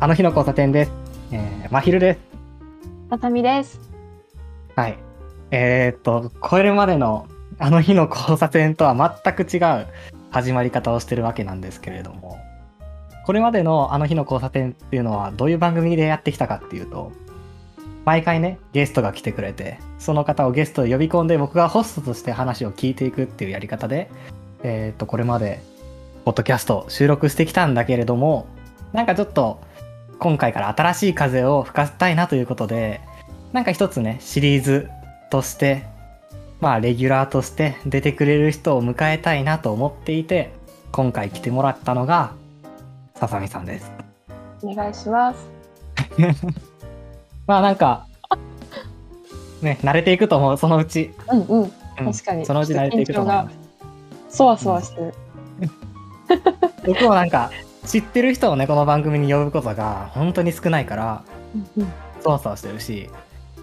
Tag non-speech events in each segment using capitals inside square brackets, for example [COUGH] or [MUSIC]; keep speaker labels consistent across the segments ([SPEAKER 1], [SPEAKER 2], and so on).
[SPEAKER 1] あの日の交差点です。えー、まひるです。
[SPEAKER 2] 畳です。
[SPEAKER 1] はい。えー、っと、これまでのあの日の交差点とは全く違う始まり方をしてるわけなんですけれども、これまでのあの日の交差点っていうのはどういう番組でやってきたかっていうと、毎回ね、ゲストが来てくれて、その方をゲストで呼び込んで僕がホストとして話を聞いていくっていうやり方で、えー、っと、これまで、ポッドキャスト収録してきたんだけれども、なんかちょっと、今回から新しい風を吹かせたいなということで、なんか一つね、シリーズとして、まあ、レギュラーとして出てくれる人を迎えたいなと思っていて、今回来てもらったのが、ささみさんです。
[SPEAKER 2] お願いします。
[SPEAKER 1] まあ、なんか、ね、慣れていくと思う、そのうち。
[SPEAKER 2] うんうん。
[SPEAKER 1] うん
[SPEAKER 2] 確かに
[SPEAKER 1] そのうち慣れていくと思います。
[SPEAKER 2] そわそわしてる。
[SPEAKER 1] 僕もなんか、知ってる人をね、この番組に呼ぶことが本当に少ないから、
[SPEAKER 2] うんうん。
[SPEAKER 1] そわそわしてるし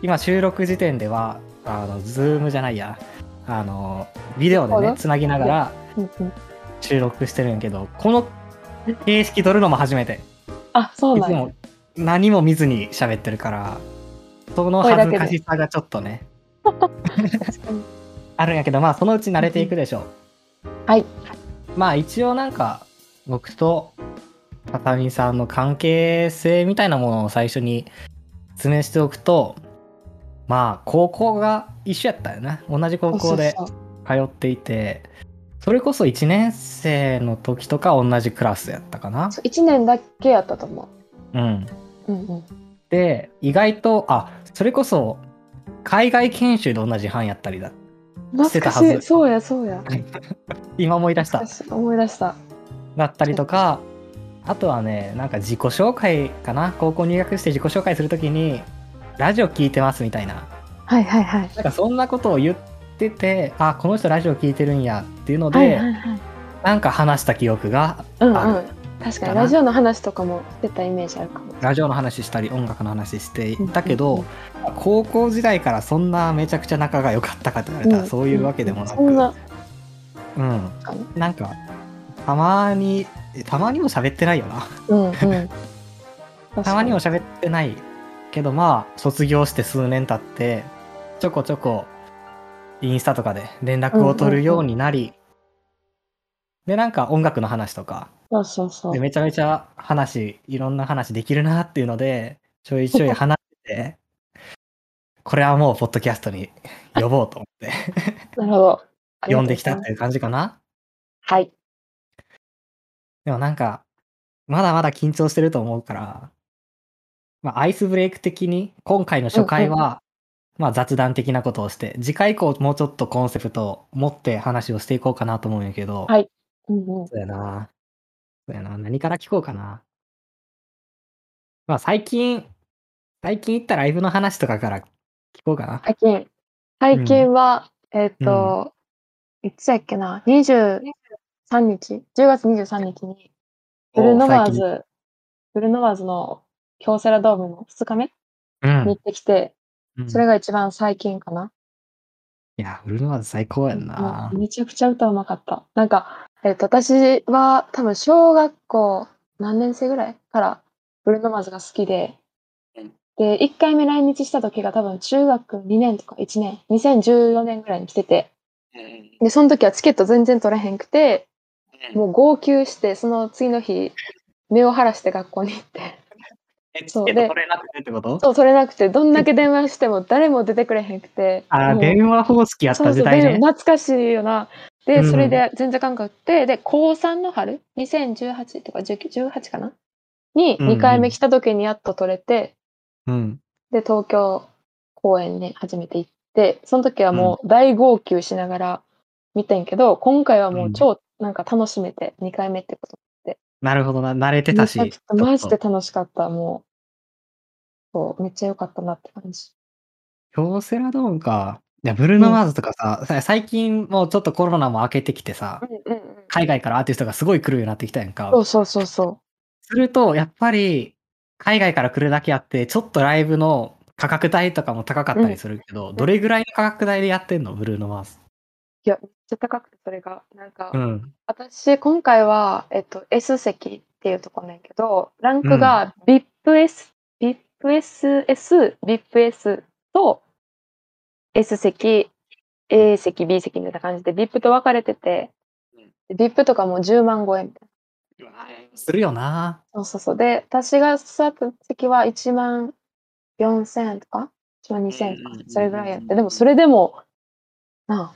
[SPEAKER 1] 今収録時点ではあのズームじゃないやあのビデオで
[SPEAKER 2] なる
[SPEAKER 1] ね
[SPEAKER 2] ほど
[SPEAKER 1] つなぎながら
[SPEAKER 2] うんうん。
[SPEAKER 1] 収録してるんやけどこの形式取るのも初めて
[SPEAKER 2] あ、そう
[SPEAKER 1] い
[SPEAKER 2] な
[SPEAKER 1] つ
[SPEAKER 2] んや
[SPEAKER 1] も何も見ずに喋ってるからその恥ずかしさがちょっとね
[SPEAKER 2] 確かに。
[SPEAKER 1] あるんやけどまあそのうち慣れていくでしょう
[SPEAKER 2] はい。
[SPEAKER 1] まあ一応なんか僕とたたみさんの関係性みたいなものを最初に説明しておくとまあ高校が一緒やったよな同じ高校で
[SPEAKER 2] そうそう
[SPEAKER 1] 通っていてそれこそ1年生の時とか同じクラスやったかな
[SPEAKER 2] そう一年だけやったと思
[SPEAKER 1] うん
[SPEAKER 2] う。うんうん。
[SPEAKER 1] で意外とあそれこそ海外研修で同じ班やったりだして
[SPEAKER 2] 懐
[SPEAKER 1] た
[SPEAKER 2] か
[SPEAKER 1] は
[SPEAKER 2] し
[SPEAKER 1] ず
[SPEAKER 2] い。そうやそうや。
[SPEAKER 1] 今思い出した
[SPEAKER 2] 懐かしい思い出した。
[SPEAKER 1] だったりとかあとはねなんか自己紹介かな高校入学して自己紹介するときに「ラジオ聞いてます」みたいな
[SPEAKER 2] はいはいはい。
[SPEAKER 1] なんかそんなことを言っててあこの人ラジオ聞いてるんやっていうので、
[SPEAKER 2] はいはいはい。
[SPEAKER 1] なんか話した記憶が
[SPEAKER 2] うんう
[SPEAKER 1] あ
[SPEAKER 2] ん。確
[SPEAKER 1] か
[SPEAKER 2] か
[SPEAKER 1] な
[SPEAKER 2] にラジオの話とかもしてたイメージあるかも。
[SPEAKER 1] ラジオの話したり音楽の話していたけ
[SPEAKER 2] うんう
[SPEAKER 1] ど
[SPEAKER 2] ん、
[SPEAKER 1] 高校時代からそんなめちゃくちゃ仲が良かったかと言われたら、
[SPEAKER 2] ん
[SPEAKER 1] そういうわけでもなく、
[SPEAKER 2] そんな
[SPEAKER 1] うん、
[SPEAKER 2] かな。
[SPEAKER 1] なんかたまにたまにも喋ってないよな。
[SPEAKER 2] うんうん。確か
[SPEAKER 1] [LAUGHS] たまにも喋ってないけどまあ卒業して数年経ってちょこちょこインスタとかで連絡を取るようになり、でなんか音楽の話とか
[SPEAKER 2] そうそうそう
[SPEAKER 1] で。めちゃめちゃ話いろんな話できるなっていうのでちょいちょい話して [LAUGHS] てこれはもうポッドキャストに呼ぼうと思って
[SPEAKER 2] なるほど。ありが
[SPEAKER 1] 呼ん
[SPEAKER 2] とうございます
[SPEAKER 1] できたっていう感じかな
[SPEAKER 2] はい。
[SPEAKER 1] でもなんかまだまだ緊張してると思うから、まあ、アイスブレイク的に今回の初回
[SPEAKER 2] うんう
[SPEAKER 1] は、まあ、雑談的なことをして次回以降もうちょっとコンセプトを持って話をしていこうかなと思うんやけど、
[SPEAKER 2] はいうんうん。
[SPEAKER 1] そうやなそうやな何から聞こうかなまあ最近最近行ったライブの話とかから聞こうかな、
[SPEAKER 2] 最近。最近は、えーっ、と、いつやっけな、23日、10月23日に、ブルーノマー
[SPEAKER 1] お
[SPEAKER 2] ズ、ブルーノマーズの京セラドームの2日目に
[SPEAKER 1] 最
[SPEAKER 2] 行
[SPEAKER 1] 近
[SPEAKER 2] ってきて、
[SPEAKER 1] うん、
[SPEAKER 2] それが一番最近かな。
[SPEAKER 1] いやブルーノマーズ最高やんな
[SPEAKER 2] うんめちゃくちゃ歌うまかった。なんか、えーっ、と、私は多分小学校何年生ぐらいからブルーノマーズが好きで
[SPEAKER 1] うん、
[SPEAKER 2] で、1回目来日した時が多分中学2年とか1年、2014年ぐらいに来てて、で、その時はチケット全然取れへんくて、もう号泣して、その次の日、目を晴らして学校に行って、
[SPEAKER 1] えチ
[SPEAKER 2] そう
[SPEAKER 1] ケット
[SPEAKER 2] で
[SPEAKER 1] 取れなくてってこと
[SPEAKER 2] そう、取れなくて、どんだけ電話しても誰も出てくれへんくて、
[SPEAKER 1] あー
[SPEAKER 2] もう
[SPEAKER 1] 電話方式やっ
[SPEAKER 2] そ
[SPEAKER 1] た
[SPEAKER 2] うそう、
[SPEAKER 1] 時代
[SPEAKER 2] で
[SPEAKER 1] ね
[SPEAKER 2] も懐かしいよな。
[SPEAKER 1] う
[SPEAKER 2] で、
[SPEAKER 1] ん
[SPEAKER 2] それで全然感覚って、で、高3の春、2018とか19 18かなに、
[SPEAKER 1] うんうん
[SPEAKER 2] 2回目来た時にやっと取れて、
[SPEAKER 1] うん
[SPEAKER 2] で、東京公演に初めて行って、その時はもう大号泣しながら見てんけど、今回はもう超なんか楽しめて、2回目ってこと
[SPEAKER 1] なるほどな慣れてたし
[SPEAKER 2] めちゃくちゃマジ
[SPEAKER 1] ちょ
[SPEAKER 2] で
[SPEAKER 1] っと
[SPEAKER 2] 楽しかった、もう。そう、めっちゃ良かったなって感じ。
[SPEAKER 1] 京セラドームかいやブルーノマーズとかさ、さ最近もうちょっとコロナも明けてきてさ
[SPEAKER 2] うんうん
[SPEAKER 1] 海外からアーティストがすごい来るようになってきたやんか
[SPEAKER 2] そうそうそうそ
[SPEAKER 1] するとやっぱり海外から来るだけあってちょっとライブの価格帯とかも高かったりするけど、どれぐらいの価格帯でやってんのブルーノマーズ
[SPEAKER 2] う。めっちゃ高くて、それが。なんか、
[SPEAKER 1] うん
[SPEAKER 2] 私、今回は、えっと、S 席っていうところなんやけど、ランクが VIPS、VIPSS、VIPS と S 席、A 席、B 席みたいな感じで VIP と分かれてて、VIP とかも10万超えみたい
[SPEAKER 1] するよな。
[SPEAKER 2] な。そうそうそう。で、私が座った席は1万4000とか ?1
[SPEAKER 3] うん
[SPEAKER 2] 万2000と
[SPEAKER 3] うんうん
[SPEAKER 2] か
[SPEAKER 3] う、ん
[SPEAKER 2] それぐらいやって。でもそれでも、なあ、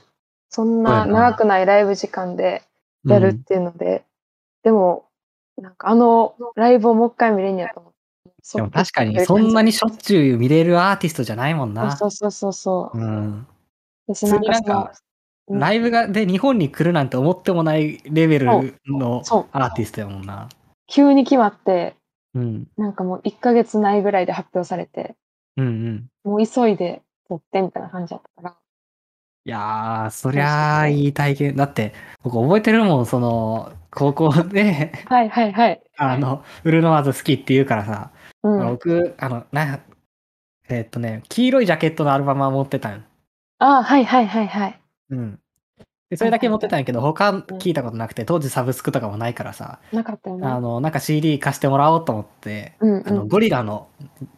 [SPEAKER 2] そんな長くないライブ時間で、やるっていうので、でも、なんかあのライブをもう一回見れんやと思って。
[SPEAKER 1] で
[SPEAKER 2] そ
[SPEAKER 1] も確かに、そんなにしょっちゅう見れるアーティストじゃないもんな。
[SPEAKER 2] そうそうそうそうう。
[SPEAKER 1] ん。
[SPEAKER 2] 私
[SPEAKER 1] 普通になん
[SPEAKER 2] その
[SPEAKER 1] か、ライブが、で、日本に来るなんて思ってもないレベルの
[SPEAKER 2] そう
[SPEAKER 1] アーティストやもんな。
[SPEAKER 2] 急に決まって、
[SPEAKER 1] うん。
[SPEAKER 2] なんかもう1ヶ月ないぐらいで発表されて、
[SPEAKER 1] うんうん。
[SPEAKER 2] もう急いで撮ってみたいな感じだったから。
[SPEAKER 1] いやー、そりゃあ、いい体験。だって、僕覚えてるもん、その、高校で、 [LAUGHS]
[SPEAKER 2] はいはいはい。
[SPEAKER 1] あの、ウルノワーズ好きって言うからさ、
[SPEAKER 2] うん。
[SPEAKER 1] 僕、あの、な、えーっとね、黄色いジャケットのアルバムは持ってたん。
[SPEAKER 2] ああ、はいはいはいはい。
[SPEAKER 1] うん。で、それだけ持ってたんやけど、他
[SPEAKER 2] ん
[SPEAKER 1] 聞いたことなくて、当時サブスクとかもないからさ、
[SPEAKER 2] なかったよね。
[SPEAKER 1] あの、なんか CD 貸してもらおうと思って、
[SPEAKER 2] うんうん。
[SPEAKER 1] あの、ゴリラの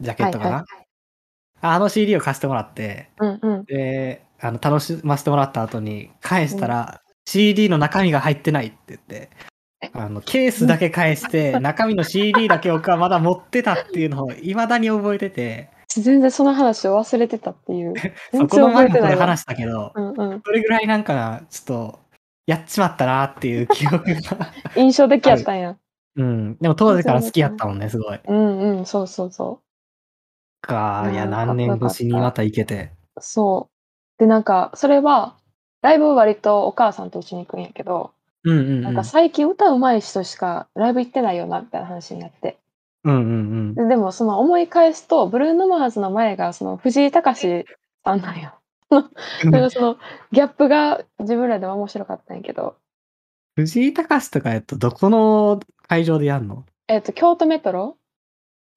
[SPEAKER 1] ジャケットかな、
[SPEAKER 2] はい
[SPEAKER 1] あの CD を貸してもらって、
[SPEAKER 2] はいはいうんうん。
[SPEAKER 1] で、あの、楽しませてもらった後に返したら、CD の中身が入ってないって言って、あの、ケースだけ返
[SPEAKER 2] [LAUGHS]
[SPEAKER 1] して、中身の CD だけ僕はまだ持ってたっていうのを未だに覚えてて、
[SPEAKER 2] 全然その話を忘れてたっていう。
[SPEAKER 1] [LAUGHS] そ
[SPEAKER 2] 全然
[SPEAKER 1] この
[SPEAKER 2] 覚
[SPEAKER 1] 前
[SPEAKER 2] え
[SPEAKER 1] も
[SPEAKER 2] て
[SPEAKER 1] こ
[SPEAKER 2] な
[SPEAKER 1] れ
[SPEAKER 2] いわ。
[SPEAKER 1] 話したけど、
[SPEAKER 2] うんうん。
[SPEAKER 1] それぐらいなんか、ちょっと、やっちまったなって
[SPEAKER 2] [LAUGHS]
[SPEAKER 1] いう記憶が。
[SPEAKER 2] 印象的やっ
[SPEAKER 1] [LAUGHS]
[SPEAKER 2] たんや。
[SPEAKER 1] うん。でも当時から好きやったもんね、すごい。
[SPEAKER 2] うんうん、そうそうそう。
[SPEAKER 1] か、いや、
[SPEAKER 2] うん
[SPEAKER 1] 何年越しにまた行けて。
[SPEAKER 2] そう。で、なんか、それは、ライブ割とお母さんと一緒に行くんやけど、
[SPEAKER 1] うんうんう。
[SPEAKER 2] なんんか最近歌うまい人しかライブ行ってないよな、みたいな話になって。
[SPEAKER 1] うんうんうん。
[SPEAKER 2] ででも、その思い返すと、ブルーノマーズの前が、その藤井隆さんなんよ。 [LAUGHS] それがその、ギャップが自分らでは面白かったんやけど、
[SPEAKER 1] 藤井隆とかやっと、どこの会場でやんの
[SPEAKER 2] えっ、と、京都メトロ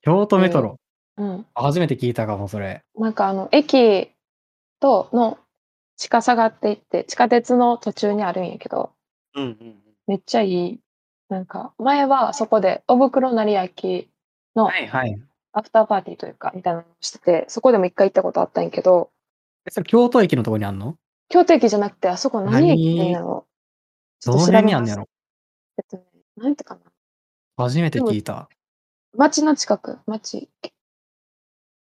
[SPEAKER 1] 京都メトロ。
[SPEAKER 2] うん。
[SPEAKER 1] 初めて聞いたかも、それ。
[SPEAKER 2] なんかあの、駅との地下下がっていって、地下鉄の途中にあるんやけど、
[SPEAKER 3] うんうん
[SPEAKER 2] めっちゃいい。なんか、前はそこで、お袋なりやきの
[SPEAKER 3] はい
[SPEAKER 1] はい。
[SPEAKER 2] アフターパーティーというか、みたいなのをしてて、そこでも一回行ったことあったんやけど、
[SPEAKER 1] えそれ京都駅のとこにあんの
[SPEAKER 2] 京都駅じゃなくて、あそこ何駅っていうのを、ちょ
[SPEAKER 1] ど
[SPEAKER 2] っ
[SPEAKER 1] の
[SPEAKER 2] と調べ
[SPEAKER 1] 辺にあん
[SPEAKER 2] ま
[SPEAKER 1] の
[SPEAKER 2] す
[SPEAKER 1] やろ
[SPEAKER 2] えっとね、なんてかな。
[SPEAKER 1] 初めて聞いた。
[SPEAKER 2] 町の近く、町。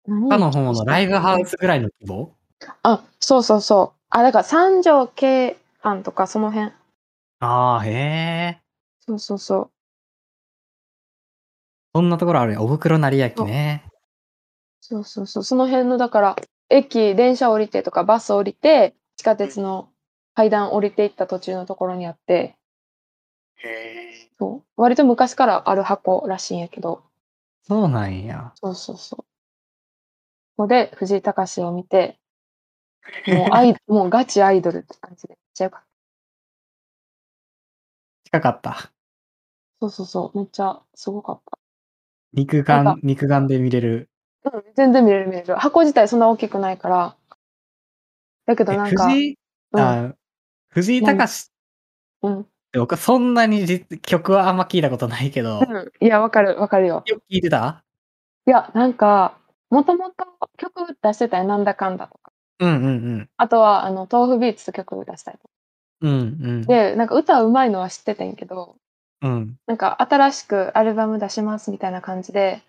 [SPEAKER 2] 何
[SPEAKER 1] 他の方のライブハウスぐらいの規模
[SPEAKER 2] あ、そうそうそう。あ、だから三条京阪とかその辺。
[SPEAKER 1] ああ、へえ。
[SPEAKER 2] そうそうそう。
[SPEAKER 1] そんなところあるね。お袋なりやきね。
[SPEAKER 2] そうそうそう。その辺の、だから、駅、電車降りてとか、バス降りて、地下鉄の階段降りていった途中のところにあって、
[SPEAKER 3] へえ。
[SPEAKER 2] そう。割と昔からある箱らしいんやけど、
[SPEAKER 1] そうなんや。
[SPEAKER 2] そうそうそう。ここで藤井隆を見て、もう
[SPEAKER 1] [LAUGHS]
[SPEAKER 2] アイもうガチアイドルって感じで、めっちゃよかった。
[SPEAKER 1] 近かった。
[SPEAKER 2] そうそうそう。めっちゃすごかっ
[SPEAKER 1] 肉
[SPEAKER 2] なん
[SPEAKER 1] 眼
[SPEAKER 2] か、
[SPEAKER 1] 肉眼で見れる。
[SPEAKER 2] た。うん、全然見れる見れる。箱自体そんな大きくないから。だけど
[SPEAKER 1] え
[SPEAKER 2] なんか、
[SPEAKER 1] 藤井、あ藤井隆っ
[SPEAKER 2] うん、うん。
[SPEAKER 1] て僕はそんなに実曲はあんま聞いたことないけど、
[SPEAKER 2] うんいや、わかる、わかるよ。
[SPEAKER 1] よく聞いてた
[SPEAKER 2] いや、なんか、もともと曲出してたよ、なんだかんだとか。
[SPEAKER 1] うんうん
[SPEAKER 2] あとは、あの、豆腐ビーツと曲出したりとか。
[SPEAKER 1] うん。うんうん。
[SPEAKER 2] で、なんか歌うまいのは知ってたんやけど、
[SPEAKER 1] うん。
[SPEAKER 2] なんか新しくアルバム出しますみたいな感じで、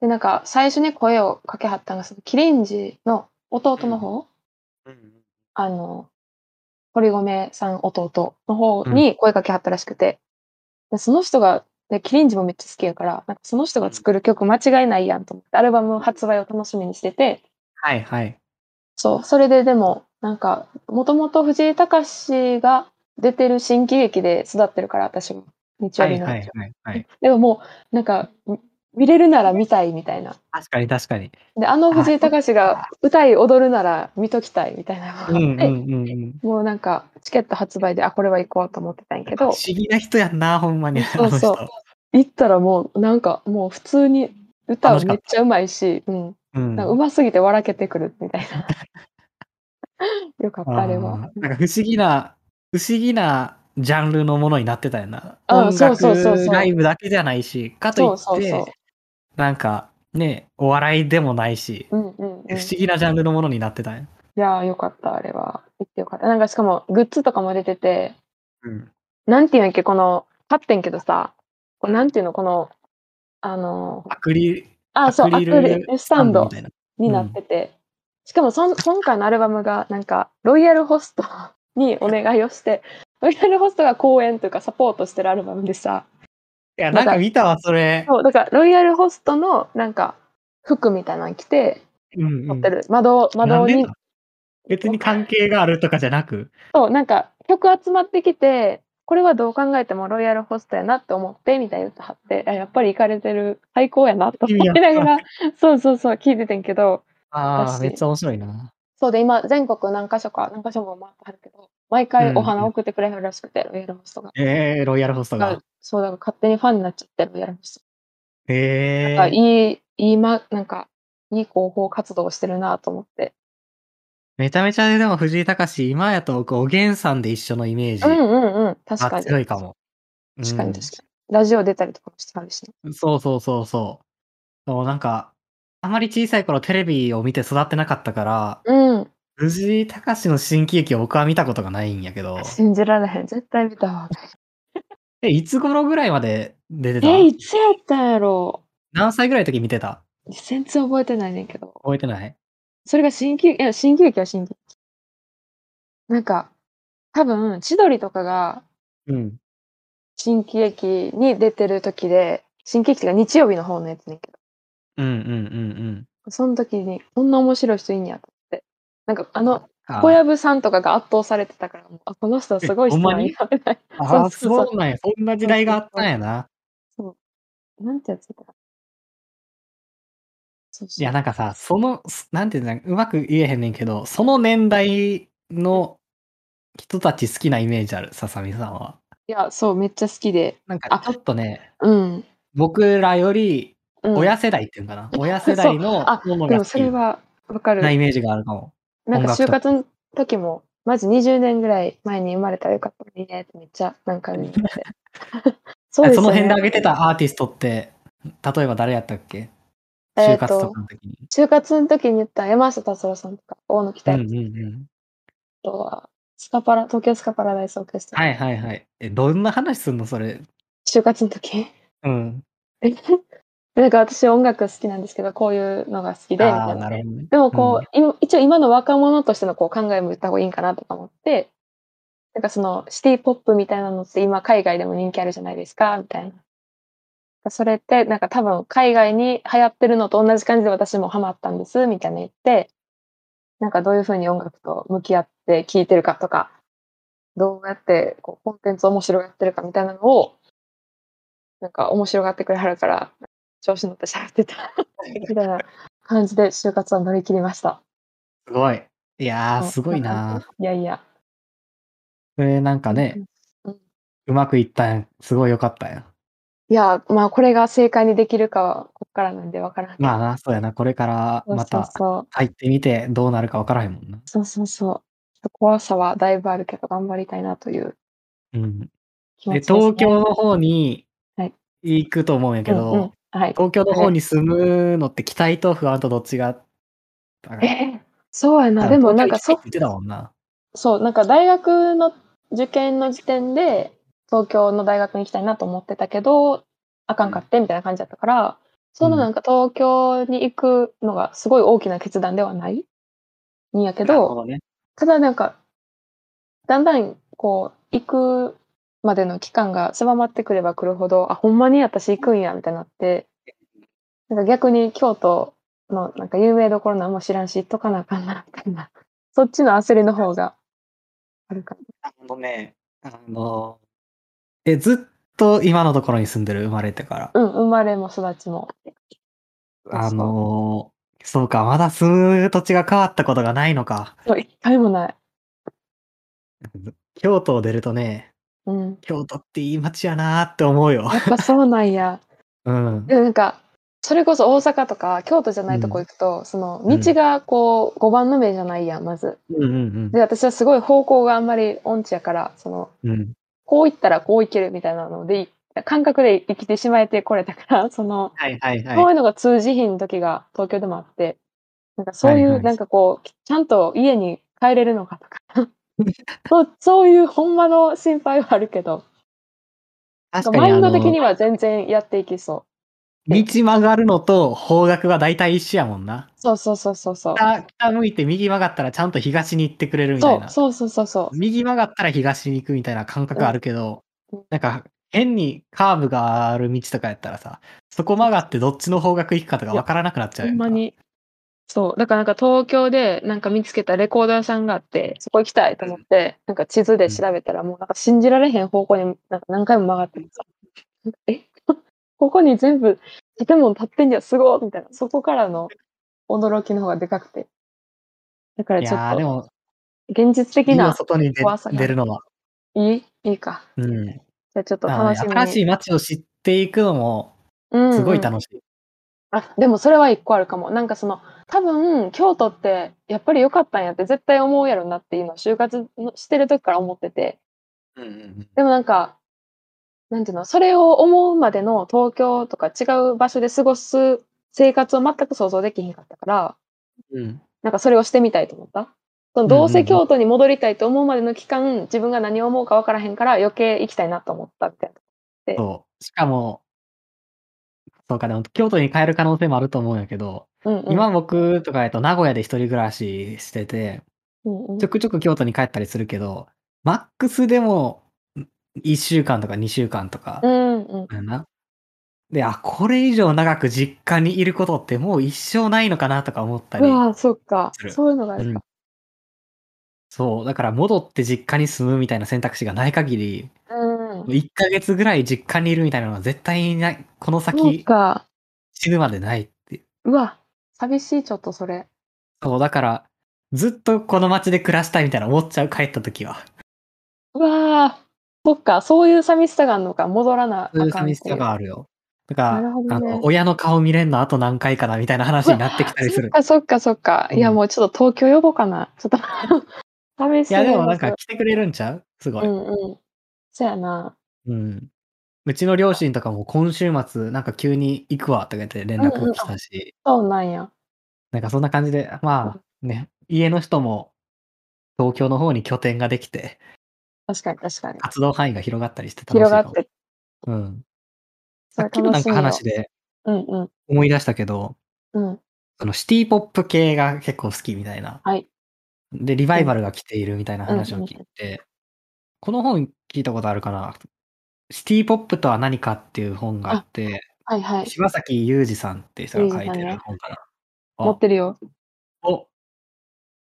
[SPEAKER 2] で、なんか最初に声をかけはったのが、そのキリンジの弟の方、
[SPEAKER 3] うんうん
[SPEAKER 2] あの、堀米さん弟の方に声かけはったらしくて、でその人が、でキリンジもめっちゃ好きやから、なんかその人が作る曲間違いないやんと思って、アルバム発売を楽しみにしてて、
[SPEAKER 1] はいはい。
[SPEAKER 2] そう、それででも、なんか、もともと藤井隆が出てる新喜劇で育ってるから、私も、日曜
[SPEAKER 1] は
[SPEAKER 2] 日
[SPEAKER 1] い
[SPEAKER 2] の。
[SPEAKER 1] はいはいはい。
[SPEAKER 2] でももう、なんか、み見れるなら見たいみたいな。
[SPEAKER 1] 確かに確かに。
[SPEAKER 2] で、あの藤井隆が歌い踊るなら見ときたいみたいなのがあ
[SPEAKER 1] うんうん
[SPEAKER 2] って、
[SPEAKER 1] うんうん。
[SPEAKER 2] もうなんか、チケット発売で、あ、これは行こうと思ってたんやけ
[SPEAKER 1] 不
[SPEAKER 2] ど
[SPEAKER 1] 思、議な人やんな、ほんまに。
[SPEAKER 2] そう
[SPEAKER 1] あの
[SPEAKER 2] そう
[SPEAKER 1] 人。
[SPEAKER 2] 行ったらもう、なんか、もう普通に歌
[SPEAKER 1] 楽
[SPEAKER 2] う
[SPEAKER 1] しか
[SPEAKER 2] め
[SPEAKER 1] っ
[SPEAKER 2] っちゃうまいし、うん。
[SPEAKER 1] うん。
[SPEAKER 2] なんかうますぎて笑けてくるみたい [LAUGHS] な。よかった、あれは
[SPEAKER 1] ー。なんか不思議な、不思議なジャンルのものになってたよな。
[SPEAKER 2] あ
[SPEAKER 1] 音
[SPEAKER 2] そうそうそうそう
[SPEAKER 1] 楽ライブだけじゃないし、かとい
[SPEAKER 2] そう
[SPEAKER 1] っ
[SPEAKER 2] そう
[SPEAKER 1] て、
[SPEAKER 2] そ
[SPEAKER 1] なんかね、お笑いでもないし、
[SPEAKER 2] う。うんうん、うん。
[SPEAKER 1] 不思議なジャンルのものになってたんや。
[SPEAKER 2] いやーよかった、あれは。行ってよかった。なんかしかも、グッズとかも出てて、
[SPEAKER 3] うん
[SPEAKER 2] なんていうんやっけ、この、買ってんけどさ、これなんていうの、この、あのー
[SPEAKER 1] アクリル
[SPEAKER 2] あ、そう、ア
[SPEAKER 1] ア
[SPEAKER 2] ク
[SPEAKER 1] ク
[SPEAKER 2] リ
[SPEAKER 1] リル
[SPEAKER 2] ルス
[SPEAKER 1] スタ
[SPEAKER 2] タ
[SPEAKER 1] ン
[SPEAKER 2] ン
[SPEAKER 1] ドみ
[SPEAKER 2] ド
[SPEAKER 1] たいな。
[SPEAKER 2] になってて、しかもそん、今回のアルバムが、なんか、ロイヤルホスト [LAUGHS] にお願いをして、ロイヤルホストが公演というか、サポートしてるアルバムでさ、
[SPEAKER 1] いや、なんか見たわ、それ。
[SPEAKER 2] そう、だから、ロイヤルホストの、なんか、服みたいなの着て、
[SPEAKER 1] うんう
[SPEAKER 2] 撮っ
[SPEAKER 1] ん
[SPEAKER 2] て。る、窓、
[SPEAKER 1] な
[SPEAKER 2] 窓
[SPEAKER 1] んで
[SPEAKER 2] に
[SPEAKER 1] な、別に関係があるとかじゃなく。
[SPEAKER 2] そう、なんか曲集まってきて、これはどう考えてもロイヤルホストやなって思って、みたいな言ってはって、あやっぱり行かれてる最高やなと思ってながら、 [LAUGHS] そうそうそう、聞いててんけど、
[SPEAKER 1] あ
[SPEAKER 2] だ
[SPEAKER 1] あ、
[SPEAKER 2] し
[SPEAKER 1] めっちゃ面白いな。
[SPEAKER 2] そうで、今、全国何箇所か、何箇所も回ってはるけど、毎回
[SPEAKER 1] うん
[SPEAKER 2] お花送ってくれるらしくて、ロイヤルホストが。
[SPEAKER 1] ええロイヤルホストが。
[SPEAKER 2] そう、だから勝手にファンになっちゃって、ロイヤルホスト。
[SPEAKER 1] え
[SPEAKER 2] あ
[SPEAKER 1] え
[SPEAKER 2] いい、いい、ま、なんか、いい広報活動をしてるなと思って。
[SPEAKER 1] めちゃめちゃでも藤井隆、今やと僕、おげんさんで一緒のイメージ
[SPEAKER 2] うんうんうん、確か
[SPEAKER 1] が
[SPEAKER 2] に。
[SPEAKER 1] 強いかも。
[SPEAKER 2] 確かに確か
[SPEAKER 1] うん
[SPEAKER 2] に。ラジオ出たりとかもしてはるしね。
[SPEAKER 1] そうそうそうそう。そうなんか、あまり小さい頃テレビを見て育ってなかったから、
[SPEAKER 2] うん。
[SPEAKER 1] 藤井隆の新喜劇を僕は見たことがないんやけど、
[SPEAKER 2] 信じられへん。絶対見たわ。
[SPEAKER 1] え、いつ頃ぐらいまで出てた
[SPEAKER 2] え、いつやったんやろ
[SPEAKER 1] 何歳ぐらいの時見てた
[SPEAKER 2] 全然覚えてないねんけど。
[SPEAKER 1] 覚えてない
[SPEAKER 2] それが新喜劇、いや、新喜劇は新喜劇。なんか、多分、千鳥とかが
[SPEAKER 1] うん。
[SPEAKER 2] 新喜劇に出てる時で、新喜劇が日曜日の方のやつねんけど、
[SPEAKER 1] うんうんうん
[SPEAKER 2] その時に、こんな面白い人いんやと思って。なんか、あの、
[SPEAKER 1] うん。
[SPEAKER 2] 小籔さんとかが圧倒されてたから、もうあ、この人すごい人なんや。
[SPEAKER 1] ああ、
[SPEAKER 2] そうそうそう
[SPEAKER 1] そうなんや。そんな時代があったんやな。
[SPEAKER 2] [LAUGHS] なんてやつだったかなそうそう
[SPEAKER 1] いや、なんかさ、その、すなんていうんだうまく言えへんねんけど、その年代の人たち好きなイメージある、ささみさんは。
[SPEAKER 2] いや、そう、めっちゃ好きで。
[SPEAKER 1] なんか
[SPEAKER 2] あ
[SPEAKER 1] ちょっとね、
[SPEAKER 2] うん。
[SPEAKER 1] 僕らより
[SPEAKER 2] うん、
[SPEAKER 1] 親世代っていうんか
[SPEAKER 2] [LAUGHS]
[SPEAKER 1] な、親世代の
[SPEAKER 2] あ
[SPEAKER 1] もの
[SPEAKER 2] で
[SPEAKER 1] が好
[SPEAKER 2] もそ
[SPEAKER 1] き
[SPEAKER 2] れはわかる
[SPEAKER 1] な。イメージがあるかも。
[SPEAKER 2] なんか
[SPEAKER 1] 音楽と
[SPEAKER 2] 就活の時も、マジ20年ぐらい前に生まれたらよかったのにねってめっちゃ何回も言って。
[SPEAKER 1] [LAUGHS]
[SPEAKER 2] そ
[SPEAKER 1] そ,、
[SPEAKER 2] うです
[SPEAKER 1] の
[SPEAKER 2] よね
[SPEAKER 1] 辺で挙げてたアーティストって、例えば誰やったっけ就活とかの時に。
[SPEAKER 2] 就活の時に言った山下達郎さんとか、大野北
[SPEAKER 1] うん
[SPEAKER 2] 也
[SPEAKER 1] うんうん。
[SPEAKER 2] とは、スカパラ、東京スカパラダイスオーケストラ。
[SPEAKER 1] はいはいはい。え、どんな話すんのそれ。
[SPEAKER 2] 就活の時 [LAUGHS]
[SPEAKER 1] うん。
[SPEAKER 2] なんか私音楽好きなんですけど、こういうのが好きで、み
[SPEAKER 1] あ
[SPEAKER 2] た
[SPEAKER 1] あ、
[SPEAKER 2] い
[SPEAKER 1] な
[SPEAKER 2] な
[SPEAKER 1] るほどね。
[SPEAKER 2] でもこう、今一応今の若者としてのこう考えも言った方がいいんかなとか思って、なんかそのシティポップみたいなのって今海外でも人気あるじゃないですか、みたいな。それってなんか多分海外に流行ってるのと同じ感じで私もハマったんです、みたいな言って、なんかどういうふうに音楽と向き合って聴いてるかとか、どうやってこうコンテンツを面白がってるかみたいなのを、なんか面白がってくれはるから、調子乗って喋ってた、みたいな感じで就活は乗り切りました。
[SPEAKER 1] すごい。いやー、
[SPEAKER 2] そう
[SPEAKER 1] すごいな。。
[SPEAKER 2] いやいや。
[SPEAKER 1] それなんかね、うまくいったんやすごい良かったんや。
[SPEAKER 2] いや、まあ、これが正解にできるかは、こっからなんでわからん。
[SPEAKER 1] まあな、そうやな。これからまた
[SPEAKER 2] そう
[SPEAKER 1] 入ってみてどうなるか分からへんもんな。
[SPEAKER 2] そうそうそうそう。ちょっと怖さはだいぶあるけど、頑張りたいなという
[SPEAKER 1] うん。
[SPEAKER 2] 気持
[SPEAKER 1] で、
[SPEAKER 2] ちです、ね。
[SPEAKER 1] 東京の方に
[SPEAKER 2] はい
[SPEAKER 1] 行くと思うんやけ
[SPEAKER 2] うんう
[SPEAKER 1] ど
[SPEAKER 2] ん、はい。
[SPEAKER 1] 東京の方に住むのって期待と不安とどっちがあったか
[SPEAKER 2] え
[SPEAKER 1] な
[SPEAKER 2] ーそうやな。でもなんか、
[SPEAKER 1] 東
[SPEAKER 2] そ
[SPEAKER 1] 京行きたいって言ってたもんな。
[SPEAKER 2] そう、なんか大学の受験の時点で、東京の大学に行きたいなと思ってたけど、あかんかってみたいな感じだったから、そのなんか東京に行くのがすごい大きな決断ではないんやけ
[SPEAKER 1] なる
[SPEAKER 2] ど
[SPEAKER 1] ほ、どね。
[SPEAKER 2] ただなんか、だんだんこう、行くまでの期間が狭まってくればくるほど、あ、ほんまに私行くんや、みたいになって、なんか逆に京都のなんか有名どころなんも知らんし、行っとかなあかんな、みたいな。そっちの焦りの方があるか
[SPEAKER 1] あのね、あの、え、ずっと今のところに住んでる、生まれてから。
[SPEAKER 2] な。うん、生まれも育ちも。
[SPEAKER 1] あの、そうか、まだ住む土地が変わったことがないのか。
[SPEAKER 2] そう、一回もない。
[SPEAKER 1] 京都を出るとね、
[SPEAKER 2] うん。
[SPEAKER 1] 京都っていい街やなーって思うよ。
[SPEAKER 2] やっぱそうなん [LAUGHS] や。
[SPEAKER 1] うん。
[SPEAKER 2] でもなんか、それこそ大阪とか京都じゃないとこ行くと、その道がこう、5番の目じゃないやん、まず。
[SPEAKER 1] うんうん
[SPEAKER 2] で私はすごい方向があんまり音痴やからその
[SPEAKER 1] うん。うん。
[SPEAKER 2] こう行ったらこう行けるみたいなので、感覚で生きてしまえてこれたから、 [LAUGHS] その、
[SPEAKER 1] はいはい
[SPEAKER 2] そう
[SPEAKER 1] はい
[SPEAKER 2] いうのが通じひん時が東京でもあって、なんかそうい
[SPEAKER 1] はいは
[SPEAKER 2] う、
[SPEAKER 1] い
[SPEAKER 2] なんかこう、ちゃんと家に帰れるのかとか、 [LAUGHS] そうそういうほんまの心配はあるけど、
[SPEAKER 1] 確か
[SPEAKER 2] マ
[SPEAKER 1] に
[SPEAKER 2] イ
[SPEAKER 1] あ
[SPEAKER 2] ン
[SPEAKER 1] の
[SPEAKER 2] ド的には全然やっていきそう。
[SPEAKER 1] 道曲がるのと方角が大体一緒やもんな
[SPEAKER 2] そうそうそうそうそう。
[SPEAKER 1] 北北向いて右曲がったらちゃんと東に行ってくれるみた
[SPEAKER 2] そ
[SPEAKER 1] いうな
[SPEAKER 2] そうそうそうそう。
[SPEAKER 1] 右曲がったら東に行くみたいな感覚あるけど、
[SPEAKER 2] うん
[SPEAKER 1] なんか変にカーブがある道とかやったらさそこ曲がってどっちの方角行くかとか分からなくなっちゃう
[SPEAKER 2] ほ
[SPEAKER 1] や
[SPEAKER 2] ん
[SPEAKER 1] か
[SPEAKER 2] まに。そう。だからなんか東京でなんか見つけたレコード屋さんがあって、そこ行きたいと思って、なんか地図で調べたらもうなんか信じられへん方向になんか何回も曲がってるなんかえ [LAUGHS] ここに全部建物建ってんじゃんすごいみたいな。そこからの驚きの方がでかくて。だから
[SPEAKER 1] い
[SPEAKER 2] ちょ
[SPEAKER 1] やーで
[SPEAKER 2] っ
[SPEAKER 1] も
[SPEAKER 2] と、現実的
[SPEAKER 1] 家の
[SPEAKER 2] な、
[SPEAKER 1] 外に出
[SPEAKER 2] 怖さが
[SPEAKER 1] 出るのは、
[SPEAKER 2] いいいいか。
[SPEAKER 1] うん
[SPEAKER 2] じゃあちょっと
[SPEAKER 1] なの
[SPEAKER 2] 楽
[SPEAKER 1] で
[SPEAKER 2] しみ
[SPEAKER 1] 新し
[SPEAKER 2] に。
[SPEAKER 1] い街を知っていくのもすごい
[SPEAKER 2] し
[SPEAKER 1] 楽しい、
[SPEAKER 2] あ、でもそれは一個あるかも。なんかその、多分、京都って、やっぱり良かったんやって絶対思うやろなっていうのを就活のしてる時から思ってて。
[SPEAKER 3] うんうん
[SPEAKER 2] でもなんか、なんていうの、それを思うまでの東京とか違う場所で過ごす生活を全く想像できひんかったから、
[SPEAKER 1] うん
[SPEAKER 2] なんかそれをしてみたいと思った。そのどうせ京都に戻りたいと思うまでの期間、自分が何を思うか分からへんから余計行きたいなと思ったみたいな。
[SPEAKER 1] そうしかもそうかでも京都に帰る可能性もあると思うんやけど、
[SPEAKER 2] うんうん。
[SPEAKER 1] 今僕とかやと名古屋で一人暮らししてて
[SPEAKER 2] うんうん
[SPEAKER 1] ちょくちょく京都に帰ったりするけどマックスでも1週間とか2週間とか
[SPEAKER 2] うんうん。
[SPEAKER 1] やな、であこれ以上長く実家にいることってもう一生ないのかなとか思ったり
[SPEAKER 2] うわぁ、そっか
[SPEAKER 1] す。る
[SPEAKER 2] そういうのがあるか。
[SPEAKER 1] そうだから戻って実家に住むみたいな選択肢がない限り
[SPEAKER 2] うん。
[SPEAKER 1] 1ヶ月ぐらい実家にいるみたいなのは絶対にないこの
[SPEAKER 2] そう
[SPEAKER 1] 先
[SPEAKER 2] か。
[SPEAKER 1] 死ぬまでないっていう
[SPEAKER 2] うわ、寂しい、ちょっとそれ。
[SPEAKER 1] そうだからずっとこの街で暮らしたいみたいな思っちゃう帰った時は
[SPEAKER 2] うわーそっか、そういう寂しさがあるのか、戻らなあ
[SPEAKER 1] そういう
[SPEAKER 2] かんってい
[SPEAKER 1] 寂
[SPEAKER 2] う
[SPEAKER 1] しさがあるよだから、
[SPEAKER 2] なるほ
[SPEAKER 1] あ
[SPEAKER 2] どね
[SPEAKER 1] の親の顔見れんのあと何回かなみたいな話になってきたりす
[SPEAKER 2] そっ
[SPEAKER 1] る
[SPEAKER 2] か、そっか、そっか。いや、
[SPEAKER 1] うん
[SPEAKER 2] もうちょっと東京呼ぼうかな。 [LAUGHS] ちょっと、寂し
[SPEAKER 1] い
[SPEAKER 2] い。
[SPEAKER 1] やでもなんか、来てくれるんちゃうすご
[SPEAKER 2] う
[SPEAKER 1] い、
[SPEAKER 2] んうん。そやな。
[SPEAKER 1] うんうちの両親とかも今週末なんか急に行くわとか言って連絡が来たし、
[SPEAKER 2] そうなんや。
[SPEAKER 1] なんかそんな感じで、まあね、家の人も東京の方に拠点ができて、
[SPEAKER 2] 確かに、確かに。
[SPEAKER 1] 活動範囲が広がったりして楽しい
[SPEAKER 2] 広
[SPEAKER 1] か
[SPEAKER 2] が
[SPEAKER 1] も
[SPEAKER 2] って、
[SPEAKER 1] うん。
[SPEAKER 2] そ
[SPEAKER 1] さ
[SPEAKER 2] れ
[SPEAKER 1] っきのな
[SPEAKER 2] 楽
[SPEAKER 1] ん
[SPEAKER 2] し
[SPEAKER 1] か
[SPEAKER 2] みよ。
[SPEAKER 1] 話で
[SPEAKER 2] うんうん。
[SPEAKER 1] 思い出したけど、
[SPEAKER 2] うん。
[SPEAKER 1] そのシティポップ系が結構好きみたいな。
[SPEAKER 2] はい。
[SPEAKER 1] で、リバイバルが来ているみたいな話を聞いて、この本聞いたことあるかなシティポップとは何かっていう本があって、
[SPEAKER 2] はいはい。
[SPEAKER 1] 柴崎裕二さんっていう人が書いて
[SPEAKER 2] 裕二さん
[SPEAKER 1] る
[SPEAKER 2] ね
[SPEAKER 1] 本かな。あ
[SPEAKER 2] 持ってるよ。
[SPEAKER 1] お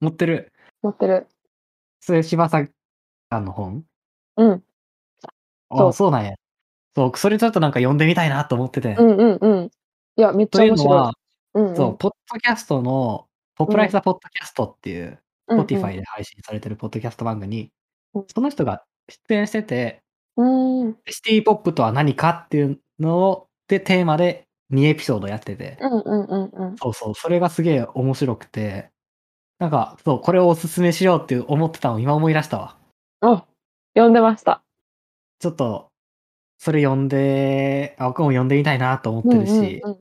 [SPEAKER 1] 持ってる。
[SPEAKER 2] 持ってる。
[SPEAKER 1] それ柴崎さんの本
[SPEAKER 2] うん。そ
[SPEAKER 1] あ
[SPEAKER 2] う
[SPEAKER 1] そうなんや。そう、それちょっとなんか読んでみたいなと思ってて。
[SPEAKER 2] うんうんうん。いや、めっち
[SPEAKER 1] と
[SPEAKER 2] ゃ
[SPEAKER 1] いう
[SPEAKER 2] 面
[SPEAKER 1] の
[SPEAKER 2] 白、。
[SPEAKER 1] はい
[SPEAKER 2] うんん
[SPEAKER 1] そう、ポッドキャストの、ポップライザーポッドキャストっていう、
[SPEAKER 2] うんうん
[SPEAKER 1] Spotify で配信されてるポッドキャスト番組に
[SPEAKER 2] うん、
[SPEAKER 1] その人が出演してて、
[SPEAKER 2] うん。うん
[SPEAKER 1] シティポップとは何かっていうのを、で、テーマで2エピソードやってて、
[SPEAKER 2] うんうんうん。
[SPEAKER 1] そうそう、それがすげえ面白くて、なんか、そう、これをおすすめしようって思ってたのを今思い出したわ。
[SPEAKER 2] あ、呼んでました。
[SPEAKER 1] ちょっと、それ読んで、あ、僕も読んでみたいなと思ってるし、
[SPEAKER 2] うんうんうん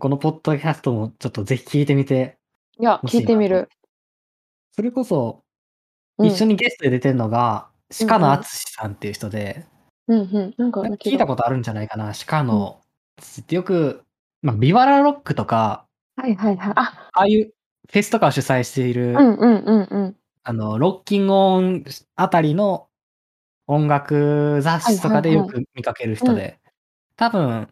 [SPEAKER 1] このポッドキャストもちょっとぜひ聞いてみて、
[SPEAKER 2] いや、
[SPEAKER 1] 欲しい
[SPEAKER 2] 聞
[SPEAKER 1] ない
[SPEAKER 2] てみる。
[SPEAKER 1] それこそ
[SPEAKER 2] うん
[SPEAKER 1] 一緒にゲストで出てるのが、鹿
[SPEAKER 2] うん
[SPEAKER 1] 野
[SPEAKER 2] うん
[SPEAKER 1] 淳さんっていう人で、
[SPEAKER 2] うんうん。なんか
[SPEAKER 1] なんか聞いたことあるんじゃないかな、鹿野淳ってよく、まあ、ビバラロックとか、
[SPEAKER 2] はいはいはい。あ、
[SPEAKER 1] ああいうフェスとかを主催している、
[SPEAKER 2] うんうんうんうん。
[SPEAKER 1] あの、ロッキングオンあたりの音楽雑誌とかで
[SPEAKER 2] はいは
[SPEAKER 1] よ
[SPEAKER 2] いはい
[SPEAKER 1] く見かける人で、多分、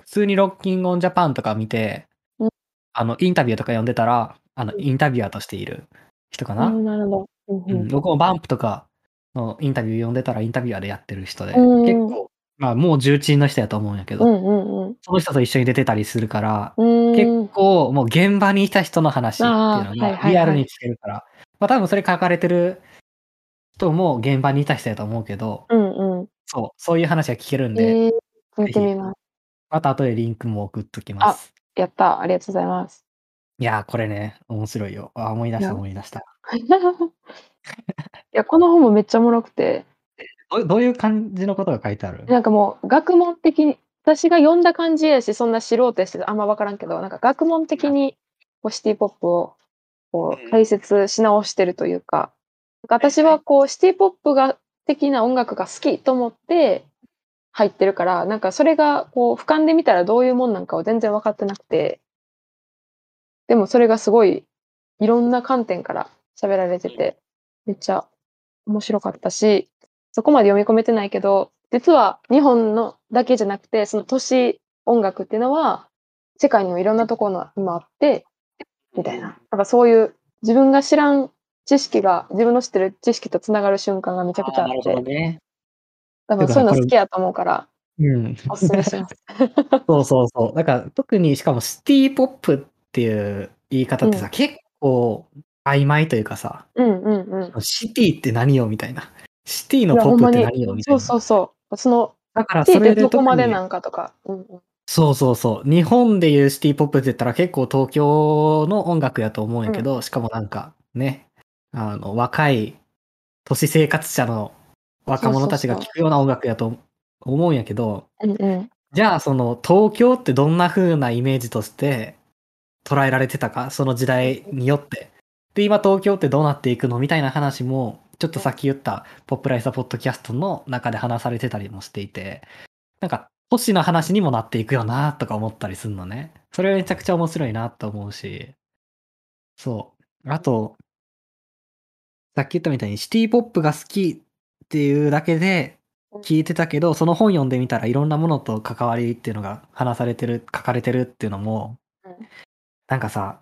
[SPEAKER 1] 普通にロッキングオンジャパンとか見て
[SPEAKER 2] うん、
[SPEAKER 1] あの、インタビューとか読んでたら、あの、インタビュアーとしている人かな。
[SPEAKER 2] うんなるほど。うん
[SPEAKER 1] う、
[SPEAKER 2] うんん
[SPEAKER 1] 僕もバンプとかのインタビュー読んでたらインタビュアーでやってる人で、
[SPEAKER 2] うん
[SPEAKER 1] 結構、まあもう重鎮の人やと思うんやけど、
[SPEAKER 2] うんうんうん
[SPEAKER 1] その人と一緒に出てたりするから、
[SPEAKER 2] うん。
[SPEAKER 1] 結構もう現場にいた人の話っていう
[SPEAKER 2] あー
[SPEAKER 1] の
[SPEAKER 2] はいはいは
[SPEAKER 1] が
[SPEAKER 2] い
[SPEAKER 1] リアルに聞けるから、まあ多分それ書かれてる人も現場にいた人やと思うけど、
[SPEAKER 2] うんう
[SPEAKER 1] そう、そういう話が聞けるん
[SPEAKER 2] ん。
[SPEAKER 1] で、
[SPEAKER 2] えー、聞いてみます。
[SPEAKER 1] また後でリンクも送っときます。
[SPEAKER 2] やった。ありがとうございます。 [LAUGHS]
[SPEAKER 1] いやー、これね、面白いよ。あー、思い出し
[SPEAKER 2] いや
[SPEAKER 1] た思い出した。
[SPEAKER 2] いや、この本もめっちゃおもろくて、
[SPEAKER 1] どうどういう感じのことが書いてある
[SPEAKER 2] なんかもう学問的に私が読んだ感じやしそんな素人やしあんま分からんけどなんか学問的にこうシティ・ポップをこ
[SPEAKER 3] うん
[SPEAKER 2] う解説し直してるというかなんか私はこうシティ・ポップが的な音楽が好きと思って入ってるからなんかそれがこう俯瞰で見たらどういうもんなんかを全然分かってなくてでもそれがすごいいろんな観点から喋られててめっちゃ面白かったしそこまで読み込めてないけど、実は日本のだけじゃなくて、その都市音楽っていうのは、世界にもいろんなところの今あって、みたいな。なんかそういう自分が知らん知識が、自分の知ってる知識とつながる瞬間がめちゃくちゃあ
[SPEAKER 1] あーなる
[SPEAKER 2] っ
[SPEAKER 1] ほど
[SPEAKER 2] て、
[SPEAKER 1] ね。
[SPEAKER 2] 多分そういうの好きやと思うから、
[SPEAKER 1] うん。
[SPEAKER 2] おすすめ
[SPEAKER 1] [LAUGHS]
[SPEAKER 2] します。
[SPEAKER 1] そうそうそう。だから特にしかもシティポップっていう言い方ってさ、
[SPEAKER 2] う
[SPEAKER 1] 結構曖昧というかさ、
[SPEAKER 2] うんうんうん。
[SPEAKER 1] シティって何よみたいな。シティ
[SPEAKER 2] い
[SPEAKER 1] の
[SPEAKER 2] や、
[SPEAKER 1] ポ
[SPEAKER 2] ほ
[SPEAKER 1] ッ
[SPEAKER 2] ん
[SPEAKER 1] プ
[SPEAKER 2] ま
[SPEAKER 1] って
[SPEAKER 2] に
[SPEAKER 1] 何よみ、たい
[SPEAKER 2] そ
[SPEAKER 1] な。
[SPEAKER 2] うそうそう。その、
[SPEAKER 1] だから
[SPEAKER 2] つい
[SPEAKER 1] そ
[SPEAKER 2] て
[SPEAKER 1] れで
[SPEAKER 2] どこ
[SPEAKER 1] 特
[SPEAKER 2] まで
[SPEAKER 1] に
[SPEAKER 2] なんかとか。うんうん
[SPEAKER 1] そうそうそう。日本でいうシティポップって言ったら結構東京の音楽やと思うんやけど、しかもなんかね、あの、若い都市生活者の若者たちが
[SPEAKER 2] そうそう
[SPEAKER 1] 聴
[SPEAKER 2] そ
[SPEAKER 1] くような音楽やと思うんやけど、
[SPEAKER 2] うんうん。
[SPEAKER 1] じゃあその東京ってどんな風なイメージとして捉えられてたかその時代によって。で今東京ってどうなっていくのみたいな話もちょっとさっき言った「ポップライサポッドキャスト」の中で話されてたりもしていてなんか都市の話にもなっていくよなとか思ったりするのね。それはめちゃくちゃ面白いなと思うしそう。あとさっき言ったみたいにシティポップが好きっていうだけで聞いてたけどその本読んでみたらいろんなものと関わりっていうのが話されてる書かれてるっていうのも、
[SPEAKER 2] うん
[SPEAKER 1] なんかさ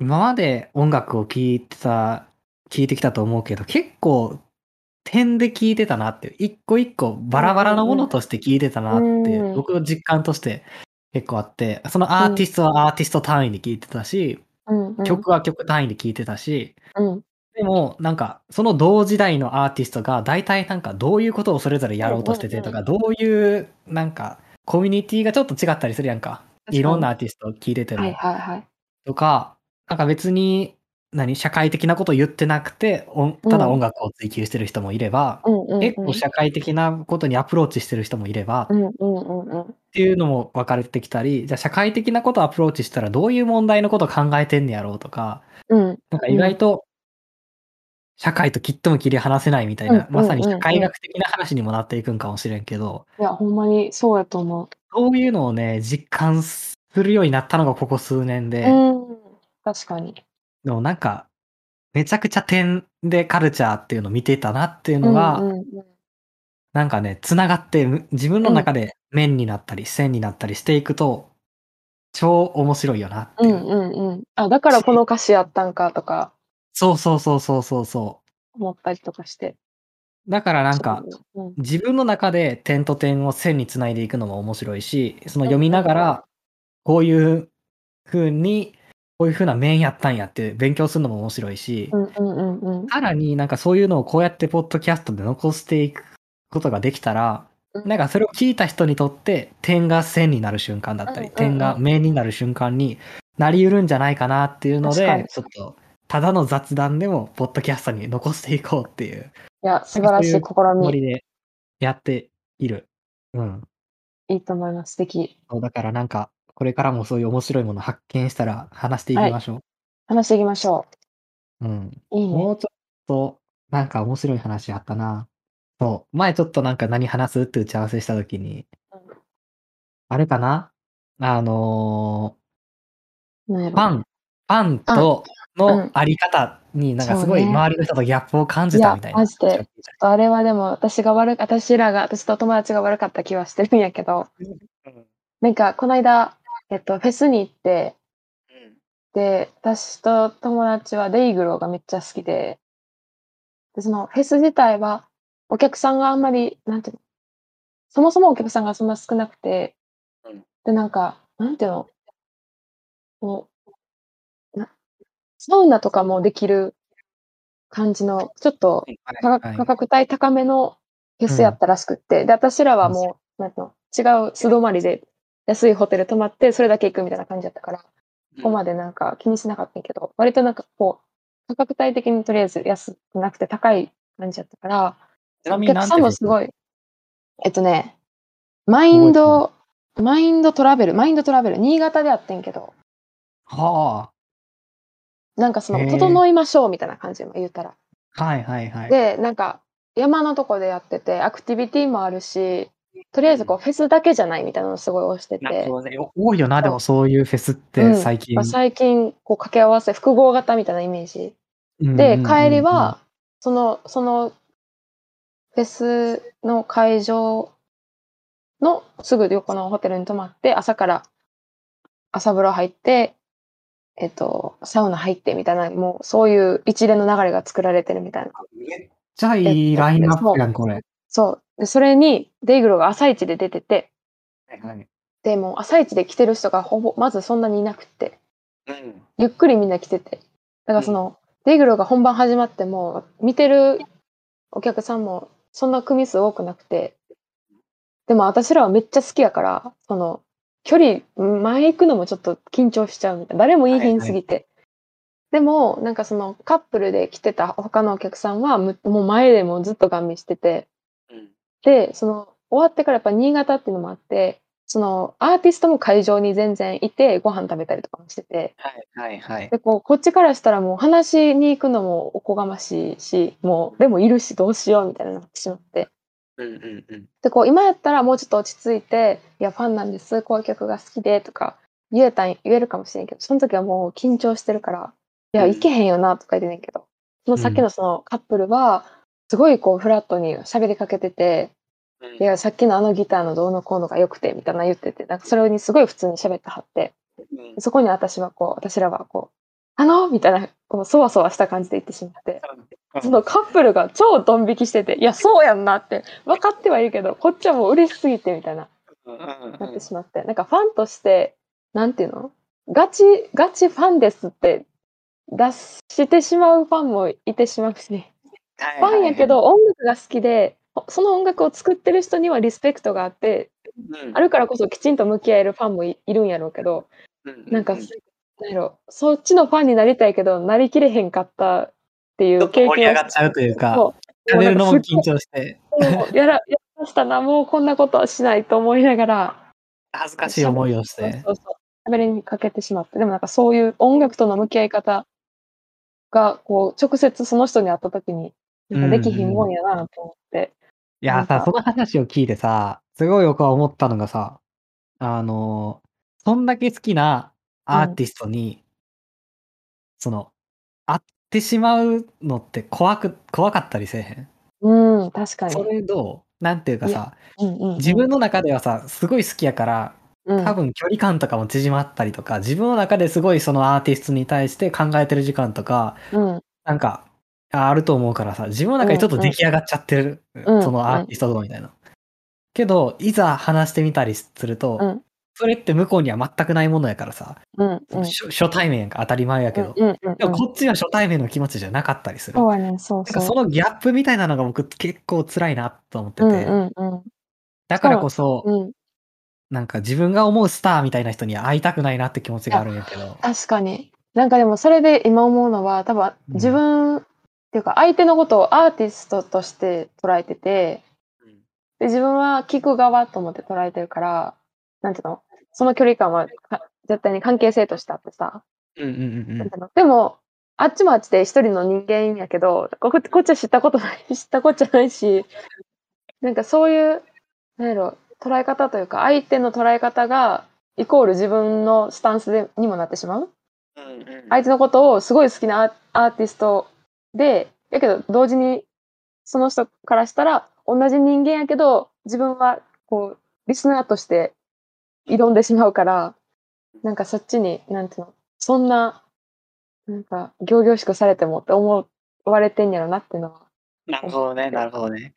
[SPEAKER 1] 今まで音楽を聴いてた聴いてきたと思うけど結構点で聞いてたなっていう一個一個バラバラのものとして聞いてたなっていう、
[SPEAKER 2] うん
[SPEAKER 1] 僕の実感として結構あってそのアーティストはアーティスト単位で聞いてたし、
[SPEAKER 2] うんうん。
[SPEAKER 1] 曲は曲単位で聞いてたし、
[SPEAKER 2] うん
[SPEAKER 1] でも、なんか、その同時代のアーティストが、大体なんか、どういうことをそれぞれやろうとしててとか、どういう、なんか、コミュニティがちょっと違ったりするやんか。
[SPEAKER 2] かに
[SPEAKER 1] いろんなアーティストを聞いてて
[SPEAKER 2] はい
[SPEAKER 1] も。
[SPEAKER 2] はいはい。
[SPEAKER 1] とか、なんか別に、何、社会的なこと言ってなくて、おただ音楽を追求してる人もいれば、
[SPEAKER 2] うんうんうん。
[SPEAKER 1] 結構社会的なことにアプローチしてる人もいれば、
[SPEAKER 2] うんうんうんうん。
[SPEAKER 1] っていうのも分かれてきたり、じゃあ社会的なことをアプローチしたら、どういう問題のことを考えてんねやろうとか、
[SPEAKER 2] うん
[SPEAKER 1] なんか意外と社会と切っても切り離せないみたいな、
[SPEAKER 2] うん
[SPEAKER 1] まさに
[SPEAKER 2] うん
[SPEAKER 1] 社会学的な話にもなっていくんかもしれんけど、
[SPEAKER 2] いや、ほんまにそうやと思う。
[SPEAKER 1] そういうのをね、実感するようになったのがここ数年で、
[SPEAKER 2] うん、確かに。
[SPEAKER 1] でもなんか、めちゃくちゃ点でカルチャーっていうのを見てたなっていうのが、
[SPEAKER 2] うんうんうん
[SPEAKER 1] なんかね、つながってむ自分の中で面になったり線になったりしていくと、超面白いよなって
[SPEAKER 2] う
[SPEAKER 1] いう。
[SPEAKER 2] んうんうん。あ、だからこの歌詞やったんかとか
[SPEAKER 1] そうそうそうそうそうそ
[SPEAKER 2] 思ったりとかして。
[SPEAKER 1] う。だからなんか、
[SPEAKER 2] うん、
[SPEAKER 1] 自分の中で点と点を線につないでいくのも面白いしその読みながらこういう風にこういう風な面やったんやって勉強するのも面白いし
[SPEAKER 2] うんうんうんうん
[SPEAKER 1] さらになんかそういうのをこうやってポッドキャストで残していくことができたら
[SPEAKER 2] うん
[SPEAKER 1] なんかそれを聞いた人にとって点が線になる瞬間だった
[SPEAKER 2] うんうんう
[SPEAKER 1] り
[SPEAKER 2] ん
[SPEAKER 1] 点が面になる瞬間になりうるんじゃないかなっていうの
[SPEAKER 2] 確かに
[SPEAKER 1] でちょっとただの雑談でもポッドキャストに残していこうっていう
[SPEAKER 2] いや、素晴らしい試
[SPEAKER 1] つも
[SPEAKER 2] み。
[SPEAKER 1] りでやっている。うん。
[SPEAKER 2] いいと思います。素敵。
[SPEAKER 1] そうだからなんか、これからもそういう面白いもの発見したら話していきましょ
[SPEAKER 2] 話していきましょ
[SPEAKER 1] う。うん。
[SPEAKER 2] う。いいね。
[SPEAKER 1] もうちょっと、なんか面白い話あったな。そう。前ちょっとなんか何話すって打ち合わせしたときに、あれかなあの
[SPEAKER 2] なんや
[SPEAKER 1] ー、フ
[SPEAKER 2] ろ
[SPEAKER 1] ァン、ファンと
[SPEAKER 2] うん
[SPEAKER 1] のあり方になんかすごい
[SPEAKER 2] そうね
[SPEAKER 1] 周りの人とギャップを感じたみたいな。
[SPEAKER 2] いやマジであれはでも私が悪い、私らが、私と友達が悪かった気はしてるんやけど、なんかこの間、えっと、フェスに行って、で、私と友達はデイグローがめっちゃ好きで、で、そのフェス自体はお客さんがあんまり、なんていうの、そもそもお客さんがそんな少なくて
[SPEAKER 3] うん、
[SPEAKER 2] で、なんか、なんていうの、こう、なサウナとかもできる感じの、ちょっと価格価格帯高めのフェスやったらしくって、で、私らはもう、なんていうの、違う素泊まりで安いホテル泊まって、それだけ行くみたいな感じだったから、そこまでなんか気にしなかったんやけど、割となんかこう、価格帯的にとりあえず安くなくて高い感じだったから、
[SPEAKER 3] ちな
[SPEAKER 2] お
[SPEAKER 3] みに
[SPEAKER 2] 客
[SPEAKER 3] なん
[SPEAKER 2] さ
[SPEAKER 3] て
[SPEAKER 2] んもすごい。えっとね、マインド、マインドトラベル、マインドトラベル、新潟であってんけど、
[SPEAKER 1] は
[SPEAKER 2] なんかそ
[SPEAKER 1] へ
[SPEAKER 2] の、
[SPEAKER 1] ー
[SPEAKER 2] 整いましょうみたいな感じも言ったら。
[SPEAKER 1] あ。はいはいはい。
[SPEAKER 2] で、なんか、山のとこでやってて、アクティビティもあるし、とりあえずこう、フェスだけじゃないみたいなのをすごい推して
[SPEAKER 3] なる
[SPEAKER 2] て、
[SPEAKER 3] ほどね。
[SPEAKER 1] 多いよな、でもそういうフェスっ
[SPEAKER 2] う
[SPEAKER 1] て
[SPEAKER 2] ん
[SPEAKER 1] 最近
[SPEAKER 2] まあ。最近、こう、掛け合わせ、複合型みたいなイメージ。
[SPEAKER 1] うんうんうん
[SPEAKER 2] で、
[SPEAKER 1] うん
[SPEAKER 2] 帰りは、その、その、フェスの会場のすぐ横のホテルに泊まって、朝から朝風呂入って、えっと、サウナ入ってみたいな、もうそういう一連の流れが作られてるみたいな。
[SPEAKER 3] めっ
[SPEAKER 1] じゃあいいラインナップやん、これ。
[SPEAKER 2] そう。で、それに、デイグロが朝一で出てて、
[SPEAKER 1] はい
[SPEAKER 2] でもう朝一で来てる人がほぼ、まずそんなにいなくって。
[SPEAKER 3] うん。
[SPEAKER 2] ゆっくりみんな来てて。だからその、デイグロが本番始まっても、見てるお客さんもそんな組数多くなくて。でも私らはめっちゃ好きやから、その、距離、前行くのもちょっと緊張しちゃうみたいな。誰もいいへんすぎて。でも、なんかそのカップルで来てた他のお客さんは、むもう前でもうずっとガン見してて。
[SPEAKER 3] うん。
[SPEAKER 2] で、その、終わってからやっぱ新潟っていうのもあって、その、アーティストも会場に全然いて、ご飯食べたりとかもしてて。
[SPEAKER 3] はいはいはい。
[SPEAKER 2] でこうこっちからしたらもう話しに行くのもおこがましいしもうでもいるしどうしようみたいなのになってしまって
[SPEAKER 3] うんうんうん。
[SPEAKER 2] でこう今やったらもうちょっと落ち着いて「いやファンなんですこういう曲が好きで」とか言えたん言えるかもしれんけどその時はもう緊張してるから「いや
[SPEAKER 3] うん
[SPEAKER 2] 行けへんよな」とか言ってんねんけどそのさっきのそのカップルはすごいこうフラットに喋りかけてて
[SPEAKER 3] うん
[SPEAKER 2] 「いやさっきのあのギターのどうのこうのが良くて」みたいなの言っててなんかそれにすごい普通に喋ってはって。
[SPEAKER 3] うん
[SPEAKER 2] そこに私はこう、私らはこう、あのみたいな、こう、そわそわした感じで言ってしまって、そのカップルが超ドン引きしてて、いや、そうやんなって、分かってはいるけど、こっちはもう嬉しすぎてみたいな、
[SPEAKER 3] うんうん
[SPEAKER 2] な
[SPEAKER 3] う
[SPEAKER 2] っ
[SPEAKER 3] ん
[SPEAKER 2] てしまって、なんかファンとして、なんていうのガチ、ガチファンですって、出してしまうファンもいてしまうしね。
[SPEAKER 3] はい
[SPEAKER 2] フ
[SPEAKER 3] はい
[SPEAKER 2] ァン
[SPEAKER 3] はい
[SPEAKER 2] やけ、ど音楽が好きで、その音楽を作ってる人にはリスペクトがあって、
[SPEAKER 3] うん
[SPEAKER 2] あるからこそきちんと向き合えるファンもいいるんやろうけど、なんか、
[SPEAKER 3] う
[SPEAKER 2] なんやろ、そっちのファンになりたいけど、なりきれへんかったってい
[SPEAKER 3] ちょっと
[SPEAKER 2] う経
[SPEAKER 3] 盛り
[SPEAKER 2] 験
[SPEAKER 3] 上
[SPEAKER 2] を
[SPEAKER 3] がっちゃうというか、
[SPEAKER 2] そう
[SPEAKER 1] 食べるのも
[SPEAKER 2] もうなんか
[SPEAKER 1] 緊張して、
[SPEAKER 2] もうやら、やりましたな、もうこんなことはしないと思いながら、
[SPEAKER 3] 恥ずか
[SPEAKER 1] 難
[SPEAKER 3] し
[SPEAKER 1] しい
[SPEAKER 3] い
[SPEAKER 1] 思
[SPEAKER 3] 思い。
[SPEAKER 1] いをし
[SPEAKER 2] そう
[SPEAKER 1] て。
[SPEAKER 2] そうそう、喋りにかけてしまって、でもなんかそういう音楽との向き合い方が、こう、直接その人に会った時に、なんかできひんもんやなと思って、
[SPEAKER 1] いや
[SPEAKER 2] なん
[SPEAKER 1] さ、
[SPEAKER 2] か
[SPEAKER 1] その話を聞いてさ、すごい僕は思ったのがさ、あの、そんだけ好きなアーティストに、その、会ってしまうのって怖く、怖かったりせえへん。
[SPEAKER 2] うん、確かに。
[SPEAKER 1] それどうなんていうか
[SPEAKER 2] い
[SPEAKER 1] さ、
[SPEAKER 2] うんうんうん
[SPEAKER 1] 自分の中ではさ、すごい好きやから、
[SPEAKER 2] うん
[SPEAKER 1] 多分距離感とかも縮まったりとか、自分の中ですごいそのアーティストに対して考えてる時間とか、
[SPEAKER 2] うん
[SPEAKER 1] なんか、ああると思うからさ、自分の中でちょっと出来上がっちゃってる、
[SPEAKER 2] うん
[SPEAKER 1] そのアーティスト像みたいな。けど、いざ話してみたりすると、
[SPEAKER 2] うん
[SPEAKER 1] それって向こうには全くないものやからさ、
[SPEAKER 2] うんうんうん
[SPEAKER 1] 初初対面やんか当たり前やけど、
[SPEAKER 2] うんうん
[SPEAKER 1] でもこっちは初対面の気持ちじゃなかったりする。
[SPEAKER 2] そう
[SPEAKER 1] なん
[SPEAKER 2] やね、そうそ
[SPEAKER 1] か
[SPEAKER 2] う。
[SPEAKER 1] そのギャップみたいなのが僕結構辛いなと思ってて、
[SPEAKER 2] うんうんうん
[SPEAKER 1] だからこそ、
[SPEAKER 2] うん、
[SPEAKER 1] なんか自分が思うスターみたいな人に会いたくないなって気持ちがあるんやけど。
[SPEAKER 2] 確かに。なんかでもそれで今思うのは多分自分、っていうか相手のことをアーティストとして捉えてて
[SPEAKER 3] うん
[SPEAKER 2] で自分は聞く側と思って捉えてるからなんていうのその距離感はか絶対に関係性としてあってさ、
[SPEAKER 3] うんうんうん
[SPEAKER 2] なんていうのでもあっちもあっちで一人の人間やけどこここっちは知ったことない知ったこっちゃないしなんかそういうなんやろ捉え方というか相手の捉え方がイコール自分のスタンスでにもなってしまう
[SPEAKER 3] うんうん
[SPEAKER 2] 相手のことをすごい好きなアアーティストで、やけど同時にその人からしたら同じ人間やけど、自分はこう、リスナーとして挑んでしまうから、なんかそっちに、なんていうの、そんな、なんか、行々しくされてもって思われてんやろなっていうのは、
[SPEAKER 3] なるほどね、なるほどね。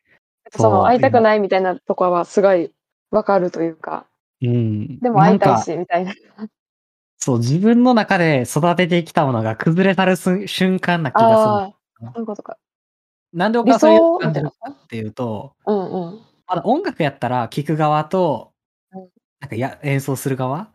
[SPEAKER 1] そう
[SPEAKER 2] その会いたくないみたいなとこはすごいわかるというか、
[SPEAKER 1] うん。
[SPEAKER 2] でも会いた
[SPEAKER 1] ないんか
[SPEAKER 2] し、みたいな。
[SPEAKER 1] そう、自分の中で育ててきたものが崩れ去るす瞬間な気がする。
[SPEAKER 2] ああー、そういうことか。
[SPEAKER 1] なんで僕
[SPEAKER 2] 理
[SPEAKER 1] はそういう
[SPEAKER 2] 想
[SPEAKER 1] 感じ
[SPEAKER 2] みたい
[SPEAKER 1] る
[SPEAKER 2] な
[SPEAKER 1] か。っていうと、
[SPEAKER 2] うんうん。
[SPEAKER 1] まだ音楽やったら聴く側と
[SPEAKER 2] うん、
[SPEAKER 1] なんかや演奏する側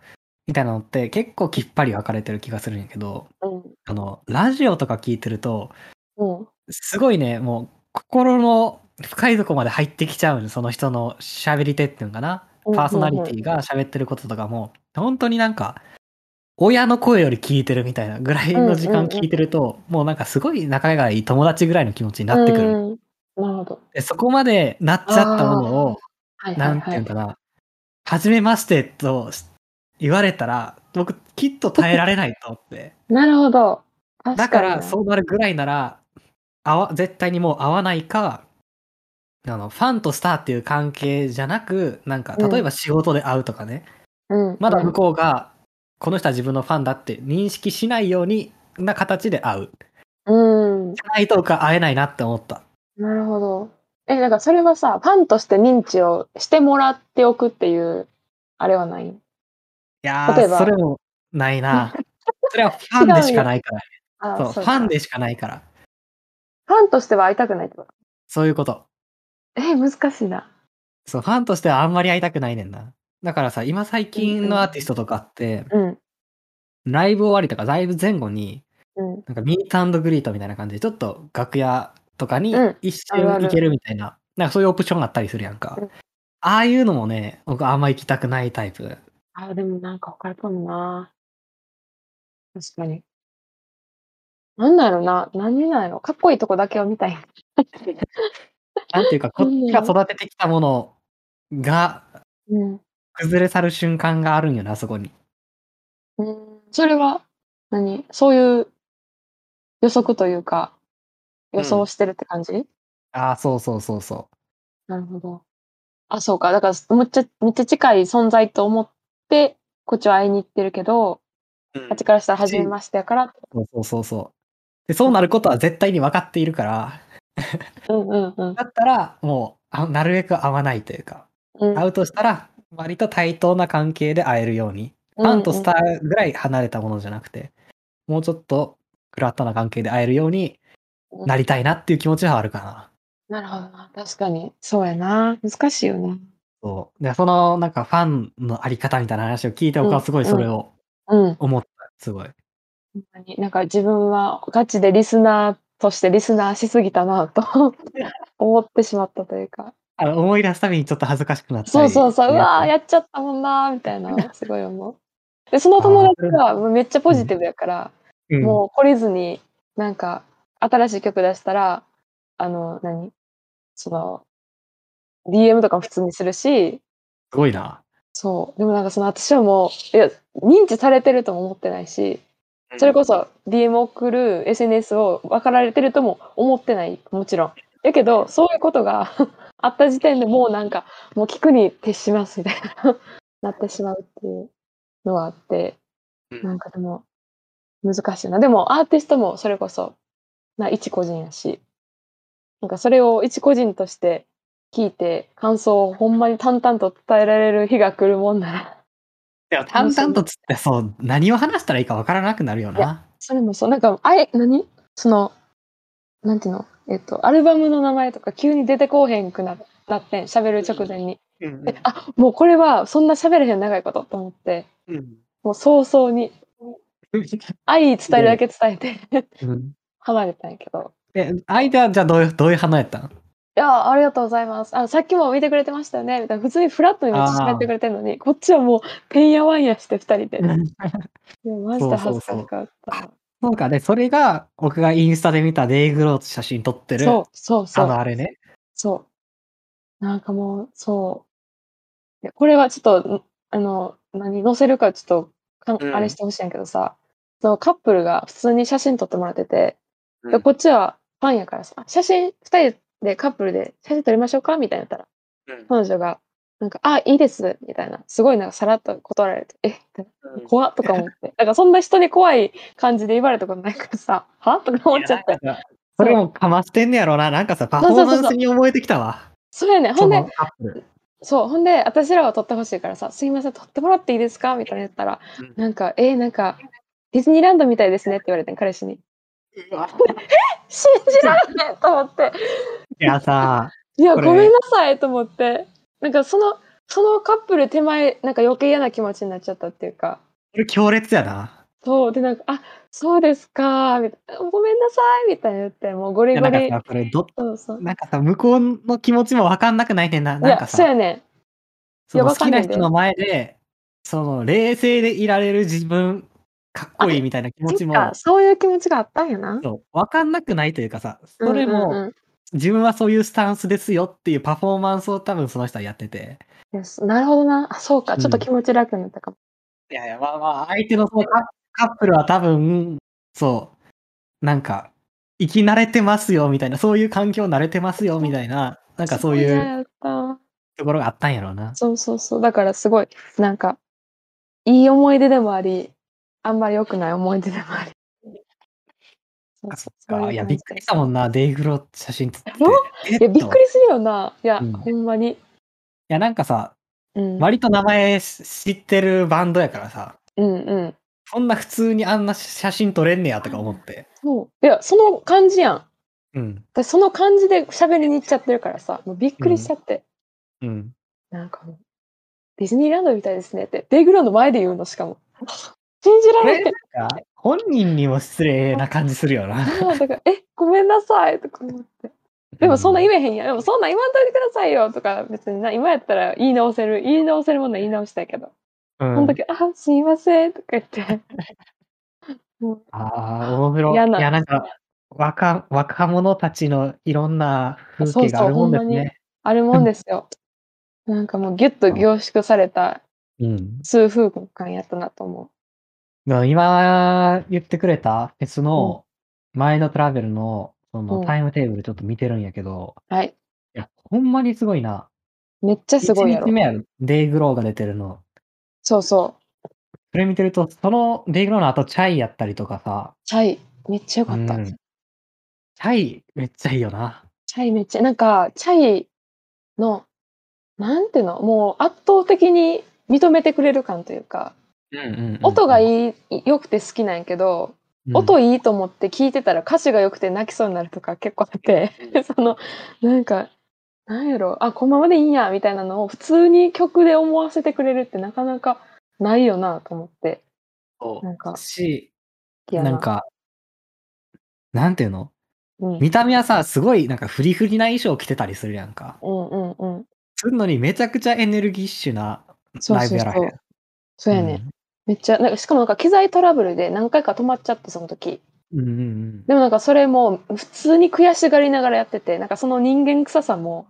[SPEAKER 1] みたいなのって結構きっぱり分かれてる気がするんやけど、
[SPEAKER 2] うん。
[SPEAKER 1] あの、ラジオとか聞いてると、
[SPEAKER 2] うん。
[SPEAKER 1] すごいね、もう心の深いとこまで入ってきちゃうんその人の喋り手っていうのかなパーソナリティが喋ってることとかも本当になんか親の声より聞いてるみたいなぐらいの時間聞いてるともうなんかすごい仲がいい友達ぐらいの気持ちになってくる。
[SPEAKER 2] る。なるほど。
[SPEAKER 1] でそこまでなっちゃったものを
[SPEAKER 2] はい
[SPEAKER 1] な
[SPEAKER 2] は
[SPEAKER 1] いんて
[SPEAKER 2] は
[SPEAKER 1] いう
[SPEAKER 2] い
[SPEAKER 1] の。かな、初めましてとし言われたら、僕、きっと耐えられないと思って。
[SPEAKER 2] なるほど。確
[SPEAKER 1] だか
[SPEAKER 2] に
[SPEAKER 1] ら、そうなるぐらいなら、合わ絶対にもう合わないか、あの、ファンとスターっていう関係じゃなく、なんか、
[SPEAKER 2] うん
[SPEAKER 1] 例えば仕事で会うとかね、
[SPEAKER 2] うん、
[SPEAKER 1] まだ向こうが、この人は自分のファンだって認識しないようにな形で会う。
[SPEAKER 2] うん。うん。
[SPEAKER 1] じゃないとか会えないなって思った。
[SPEAKER 2] なるほど。え、だからそれはさ、ファンとして認知をしてもらっておくっていう、あれはない
[SPEAKER 1] いや
[SPEAKER 2] 例えば
[SPEAKER 1] ー、それもない
[SPEAKER 2] [LAUGHS]
[SPEAKER 1] な。それはファンでしかないから。
[SPEAKER 2] あ
[SPEAKER 1] そう、フ
[SPEAKER 2] か
[SPEAKER 1] ァンでしかないから。
[SPEAKER 2] ファンとしては会いたくないってこと
[SPEAKER 1] そういうこと。
[SPEAKER 2] え、難しいな。
[SPEAKER 1] そう、ファンとしてはあんまり会いたくないねんな。だからさ、今最近のアーティストとかって、
[SPEAKER 2] うん。
[SPEAKER 1] ライブ終わりとかライブ前後に、
[SPEAKER 2] うん。
[SPEAKER 1] なんかミートグリートみたいな感じで、ちょっと楽屋とかに
[SPEAKER 2] うん
[SPEAKER 1] 一
[SPEAKER 2] あるあ
[SPEAKER 1] 瞬
[SPEAKER 2] る
[SPEAKER 1] 行けるみたいな、なんかそういうオプションあったりするやんか
[SPEAKER 2] うん。
[SPEAKER 1] ああいうのもね、僕あんま行きたくないタイプ。
[SPEAKER 2] あ、でもなんか分かるかもな。確かに。なんだろうな。何なんやろ。かっこいいとこだけを見たい。
[SPEAKER 1] なんて
[SPEAKER 2] [LAUGHS]
[SPEAKER 1] いうか、こっちが育ててきたものが
[SPEAKER 2] うん。
[SPEAKER 1] 崩れ去る瞬間があるんよな、そこに。
[SPEAKER 2] うん、それは、何そういう予測というか、予想してるって感じ、
[SPEAKER 1] ああ、そうそうそうそう。
[SPEAKER 2] なるほど。あ、そうか。だから、めっちゃ、めっちゃ近い存在と思って、こっちは会いに行ってるけど、
[SPEAKER 3] うん
[SPEAKER 2] あっちからしたら初めましてやから、
[SPEAKER 1] そうそうそうそう。で、そうなることは絶対に分かっているから、
[SPEAKER 2] うんうんうん
[SPEAKER 1] だったら、もうあ、なるべく会わないというか、
[SPEAKER 2] うん。
[SPEAKER 1] 会うとしたら、割と対等な関係で会えるように、ファンとスターぐらい離れたものじゃなくて、もうちょっとフラットな関係で会えるようになりたいなっていう気持ちはあるかな。
[SPEAKER 2] なるほどな。確かに。そうやな。難しいよね。
[SPEAKER 1] そう。で、その、なんかファンのあり方みたいな話を聞いて、僕はすごいそれを
[SPEAKER 2] うん。ほん
[SPEAKER 1] 思った。すごい。
[SPEAKER 2] まになんか自分はガチでリスナーとしてリスナーしすぎたなと [LAUGHS] 思ってしまったというか。
[SPEAKER 1] あの思い出すたびにちょっと恥ずかしくなったり
[SPEAKER 2] そうそうそう。うわー
[SPEAKER 1] や
[SPEAKER 2] やっちゃったもんなーみたい
[SPEAKER 1] [LAUGHS]
[SPEAKER 2] な、すごい思う。で、その友達がもうめっちゃポジティブやから、
[SPEAKER 1] うん
[SPEAKER 2] もう懲りずに、なんか、新しい曲出したら、あの、何その、DM とかも普通にするし、
[SPEAKER 1] すごいな。
[SPEAKER 2] そう。でもなんかその私はもう、いや、認知されてるとも思ってないし、それこそ DM を送る SNS を分かられてるとも思ってない、もちろん。やけど、そういうことが [LAUGHS] あった時点でもうなんか、もう聞くに徹しますみたいな、 [LAUGHS] なってしまうっていうのはあって、
[SPEAKER 3] うん
[SPEAKER 2] なんかでも、難しいな。でも、アーティストもそれこそ、な、一個人やし、なんかそれを一個人として聞いて、感想をほんまに淡々と伝えられる日が来るもんなら、
[SPEAKER 1] でも淡々とつって、そう、何を話したらいいかわからなくなるよ
[SPEAKER 2] い
[SPEAKER 1] な。
[SPEAKER 2] それもそう、なんか、あえ、何その、なんていうのえっと、アルバムの名前とか急に出てこうへんくななってん、喋る直前に。
[SPEAKER 3] うん
[SPEAKER 2] であ、もうこれはそんな喋れへん長いことと思って、
[SPEAKER 3] うん
[SPEAKER 2] もう早々に愛伝えるだけ伝えて [LAUGHS]
[SPEAKER 1] うん
[SPEAKER 2] 離れたんやけど。
[SPEAKER 1] で、相手はじゃあどういう、どういう花やったん
[SPEAKER 2] いやーありがとうございます。あさっきも見てくれてましたよねみたいな。普通にフラットにめっちゃ喋ってくれてるのに、こっちはもうてんやわんやして二人で。いや、マジで恥ずかしかった。
[SPEAKER 1] そうかね、それが僕がインスタで見たデイグローズ写真撮ってる、
[SPEAKER 2] そうそうそ
[SPEAKER 1] あ
[SPEAKER 2] う
[SPEAKER 1] の。あれね。
[SPEAKER 2] そう。なんかもう、そう。いやこれはちょっと、んあの、何載せるかちょっとか
[SPEAKER 3] うん
[SPEAKER 2] ん、あれしてほしいんやけどさ、そのカップルが普通に写真撮ってもらってて、
[SPEAKER 3] うん
[SPEAKER 2] でこっちはファンやからさ、写真、二人でカップルで写真撮りましょうかみたいになったら、
[SPEAKER 3] うん
[SPEAKER 2] 彼女が、なんか、あ、いいです、みたいな、すごいなんかさらっと断られて、え、怖っとか思って。なんかそんな人に怖い感じで言われたことないからさ、はとか思っちゃった。
[SPEAKER 1] なんかそれもかましてんねやろな。なんかさ、パフ
[SPEAKER 2] そう
[SPEAKER 1] ォ
[SPEAKER 2] そ
[SPEAKER 1] ー
[SPEAKER 2] うそう
[SPEAKER 1] マンスに思えてきたわ。
[SPEAKER 2] そうやねん。ほ
[SPEAKER 1] そ
[SPEAKER 2] んで
[SPEAKER 1] の、カップル。
[SPEAKER 2] そう、ほんで、私らは撮ってほしいからさ、すいません、撮ってもらっていいですかみたいなの言ったら、
[SPEAKER 3] うん
[SPEAKER 2] なんか、えー、なんか、ディズニーランドみたいですねって言われてん、彼氏に。信じられないと思
[SPEAKER 1] [LAUGHS]
[SPEAKER 2] って、
[SPEAKER 1] いやさ、
[SPEAKER 2] いや、
[SPEAKER 1] こ
[SPEAKER 2] ご
[SPEAKER 1] れ
[SPEAKER 2] めんなさいと思って、なんか、その、そのカップル手前、なんか余計嫌な気持ちになっちゃったっていうか、
[SPEAKER 1] これ強烈やな。
[SPEAKER 2] そう、で、なんか、あ、そうですか、みたいな、ごめんなさい、みたいな言って、もうゴ
[SPEAKER 1] い
[SPEAKER 2] リ
[SPEAKER 1] や
[SPEAKER 2] ゴ
[SPEAKER 1] なんか
[SPEAKER 2] リ。
[SPEAKER 1] さ、これど、
[SPEAKER 2] そうそう。
[SPEAKER 1] なんかさ、向こうの気持ちも分かんなくないねんな。な
[SPEAKER 2] い
[SPEAKER 1] んか
[SPEAKER 2] や、
[SPEAKER 1] さ、
[SPEAKER 2] そうやねん。
[SPEAKER 1] その
[SPEAKER 2] い
[SPEAKER 1] 好
[SPEAKER 2] やわか
[SPEAKER 1] き
[SPEAKER 2] んな
[SPEAKER 1] ない
[SPEAKER 2] んだよ
[SPEAKER 1] 人の前で、その冷静でいられる自分、かっこいいみたいな気持ちも、
[SPEAKER 2] そっかそういう気持ちがあったんやな。
[SPEAKER 1] そう分かんなくないというかさ、それ
[SPEAKER 2] うんうん
[SPEAKER 1] も
[SPEAKER 2] うん
[SPEAKER 1] 自分はそういうスタンスですよっていうパフォーマンスを多分その人はやってて、
[SPEAKER 2] いやそなるほどな。あ、そうか。
[SPEAKER 1] うん
[SPEAKER 2] ちょっと気持ち楽になったかも。
[SPEAKER 3] いやいや、まあまあ、
[SPEAKER 1] 相手のそのカカップルは多分、そう、なんか、生き慣れてますよみたいな、そういう環境慣れてますよみたいな、なんかそうい
[SPEAKER 2] すご
[SPEAKER 1] う
[SPEAKER 2] 嫌やった
[SPEAKER 1] ところがあったんやろうな。
[SPEAKER 2] そうそうそう。だからすごい、なんか、いい思い出でもあり、あんまり良くない思い出でもあり。そう
[SPEAKER 1] あ、そ
[SPEAKER 2] そう
[SPEAKER 1] っか。いや、
[SPEAKER 2] そう
[SPEAKER 1] び
[SPEAKER 2] う
[SPEAKER 1] っくりしたもんな、デイフロ写真撮って
[SPEAKER 2] やろ。
[SPEAKER 1] えっ
[SPEAKER 2] [LAUGHS] い
[SPEAKER 1] と
[SPEAKER 2] や、びっく
[SPEAKER 1] い
[SPEAKER 2] りするよな。いや、
[SPEAKER 1] うん
[SPEAKER 2] ほんまに。
[SPEAKER 1] や、なんかさ、
[SPEAKER 2] うん。
[SPEAKER 1] 割と名前知ってるバンドやからさ、
[SPEAKER 2] うんうん。
[SPEAKER 1] そんな普通にあんな写真撮れんねやとか思って。
[SPEAKER 2] そう。いや、その感じやん。
[SPEAKER 1] うん。
[SPEAKER 2] 私その感じで喋りに行っちゃってるからさ、もうびっくりしちゃって。
[SPEAKER 1] うん。
[SPEAKER 2] なんかもう、ディズニーランドみたいですねって、デイグラウンド前で言うのしか
[SPEAKER 1] [LAUGHS]
[SPEAKER 2] も。信じられない。
[SPEAKER 1] なんか本人にも失礼な感じするよな。
[SPEAKER 2] ああだから、え、ごめんなさいとか思って。でもそんな言えへんやん。でもそんな言わんといてくださいよとか、別にな、今やったら言い直せる、言い直せるものは言い直したいけど。
[SPEAKER 1] うん
[SPEAKER 2] その時、あ、すいませんとか言って。 [LAUGHS]
[SPEAKER 1] ああ、面白い。
[SPEAKER 2] 嫌ない
[SPEAKER 1] や、なんか、若、若者たちのいろんな風景があるもんですね。
[SPEAKER 2] あるもんですよ。なんかもうギュッと凝縮された
[SPEAKER 1] うん。
[SPEAKER 2] 数風間やったなと思
[SPEAKER 1] でも今言ってくれたフェスの前のトラベルのそうの
[SPEAKER 2] ん
[SPEAKER 1] タイムテーブルちょっと見てるんやけど、
[SPEAKER 2] う。はい。
[SPEAKER 1] いや、ほんまにすごいな。
[SPEAKER 2] めっちゃすごいや
[SPEAKER 1] 1
[SPEAKER 2] ろ
[SPEAKER 1] 日。目やろ。デイグローが出てるの。
[SPEAKER 2] そうそう。
[SPEAKER 1] それ見てると、そのデイグローの後、チャイやったりとかさ、
[SPEAKER 2] チャイ、めっちゃ良かった。
[SPEAKER 1] うん
[SPEAKER 2] チ
[SPEAKER 1] チャイめっちゃいいよな。
[SPEAKER 2] ャイめっちゃ、なんか、チャイの、なんていうの、もう圧倒的に認めてくれる感というか、音が
[SPEAKER 1] い、
[SPEAKER 2] いい、良くて好きなんやけど、音いいと思って聞いてたら歌詞が良くて泣きそうになるとか結構あって、 [LAUGHS] その、なんか、なんやろ、あ、このままでいいんや、みたいなのを普通に曲で思わせてくれるってなかなかないよなと思って、
[SPEAKER 3] そう
[SPEAKER 2] なんか、好
[SPEAKER 1] し、
[SPEAKER 2] きやな。
[SPEAKER 1] なん、か、なんていうの
[SPEAKER 2] うん、
[SPEAKER 1] 見た目はさ、すごいなんかフリフリな衣装着てたりするやんか。
[SPEAKER 2] うんうんうん。
[SPEAKER 1] するのにめちゃくちゃエネルギッシュな
[SPEAKER 2] そう
[SPEAKER 1] ライ
[SPEAKER 2] そ
[SPEAKER 1] ブ
[SPEAKER 2] う
[SPEAKER 1] や
[SPEAKER 2] そ
[SPEAKER 1] ら
[SPEAKER 2] う
[SPEAKER 1] へん。。
[SPEAKER 2] そうやね。めっちゃ、なんかしかもなんか機材トラブルで何回か止まっちゃって、その時。
[SPEAKER 1] うん。うんうん
[SPEAKER 2] でもなんかそれも普通に悔しがりながらやってて、なんかその人間臭さも